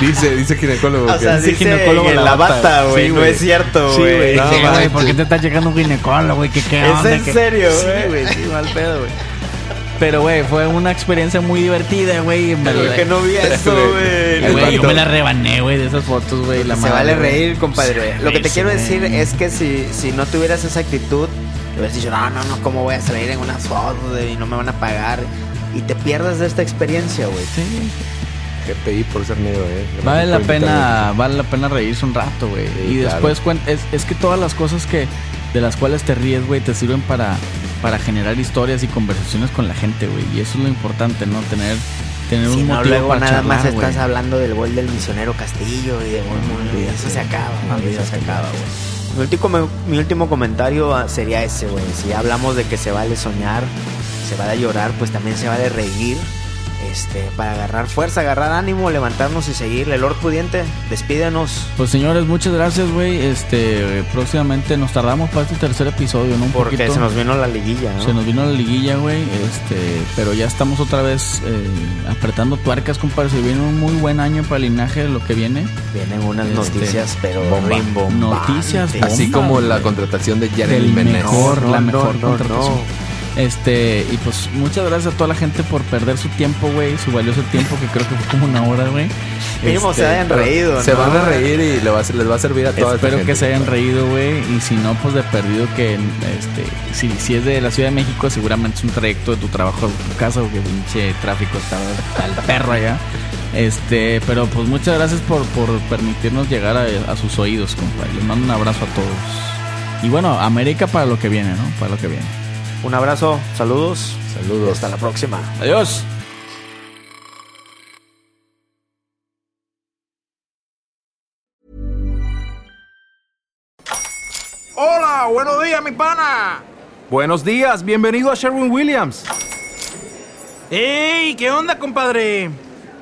S2: Dice, dice ginecólogo.
S1: O
S2: que-
S1: sea,
S3: dice
S1: dice
S3: ginecólogo
S1: en
S3: la
S1: la
S3: bata,
S1: bata, güey.
S3: güey. Sí,
S1: no
S3: güey.
S1: es cierto, güey.
S3: Sí,
S1: No,
S3: güey,
S1: manches.
S3: ¿por qué te está checando un ginecólogo, güey? ¿Qué, qué
S1: Es
S3: onda?
S1: en
S3: ¿Qué-
S1: serio,
S3: Sí,
S1: güey.
S3: güey, sí, mal pedo, güey. Pero, güey, fue una experiencia muy divertida, güey. en
S1: Pero
S3: verdad.
S1: que no vi eso, güey.
S3: Eh, güey, yo
S2: vato.
S3: me la rebané, güey, de esas fotos, güey. la
S1: Se
S3: madre,
S1: vale
S3: güey.
S1: reír,
S3: Se
S1: compadre.
S3: vale
S1: Lo que te
S3: reírse,
S1: quiero
S3: güey.
S1: decir es que si, si no tuvieras esa actitud, le hubieras dicho, no, no, no, ¿cómo voy a salir en unas fotos de- y no me van a pagar? Y te pierdas de esta experiencia, güey.
S3: Sí,
S2: Que pedí por ser negro, eh.
S3: vale la
S2: Por invitarme.
S3: pena, vale la pena reírse un rato, güey.
S2: Sí,
S3: y
S2: claro.
S3: después cuen- es, es que todas las cosas que de las cuales te ríes, güey, te sirven para para generar historias y conversaciones con la gente, güey. Y eso es lo importante, ¿no? Tener tener
S1: Si
S3: un
S1: no,
S3: motivo
S1: luego
S3: para
S1: nada
S3: charlar,
S1: más estás
S3: güey.
S1: hablando del gol del misionero Castillo y de
S3: No,
S1: y eso
S3: olvídate.
S1: se acaba,
S3: No,
S1: güey, eso se
S3: olvídate.
S1: acaba, güey. Mi último, mi último comentario ah, sería ese, güey. Si ya hablamos de que se vale soñar, se vale llorar, pues también se vale reír. Este, para agarrar fuerza, agarrar ánimo, levantarnos y seguirle. Lord Pudiente, despídenos.
S3: Pues señores, muchas gracias, güey. Este, eh, próximamente nos tardamos para este tercer episodio, ¿no? Un
S1: Porque
S3: poquito.
S1: se nos vino la liguilla, ¿no?
S3: Se nos vino la liguilla, güey. Este, pero ya estamos otra vez eh, apretando tuercas, compadre. Se viene un muy buen año para el linaje de lo que viene.
S1: Vienen unas
S3: Este,
S1: noticias, pero
S2: bomba.
S1: rimbombantes.
S3: Noticias bomba.
S2: Así como la contratación de Jared
S3: Del
S2: Jiménez.
S3: mejor,
S1: No,
S3: la
S1: no,
S3: mejor
S1: no,
S3: contratación. Este, y pues muchas gracias a toda la gente por perder su tiempo, güey, su valioso tiempo, que creo que fue como una hora, güey.
S1: Mínimo se hayan
S2: pero
S1: reído,
S2: Este, Se
S1: ¿no?
S2: van a reír y le va a ser- les va a servir a todos.
S3: Espero que se hayan reído, güey. Y si no, pues de perdido que este, si, si es de la Ciudad de México, seguramente es un trayecto de tu trabajo a tu casa, porque pinche tráfico está al perro allá. Este, pero pues muchas gracias por, por permitirnos llegar a, a sus oídos, compadre. Les mando un abrazo a todos. Y bueno, América para lo que viene, ¿no? Para lo que viene.
S1: Un abrazo, saludos.
S2: Saludos.
S1: Hasta la próxima.
S3: Adiós.
S5: Hola, buenos días, mi pana.
S6: Buenos días, bienvenido a Sherwin Williams.
S5: ¡Ey! ¿Qué onda, compadre?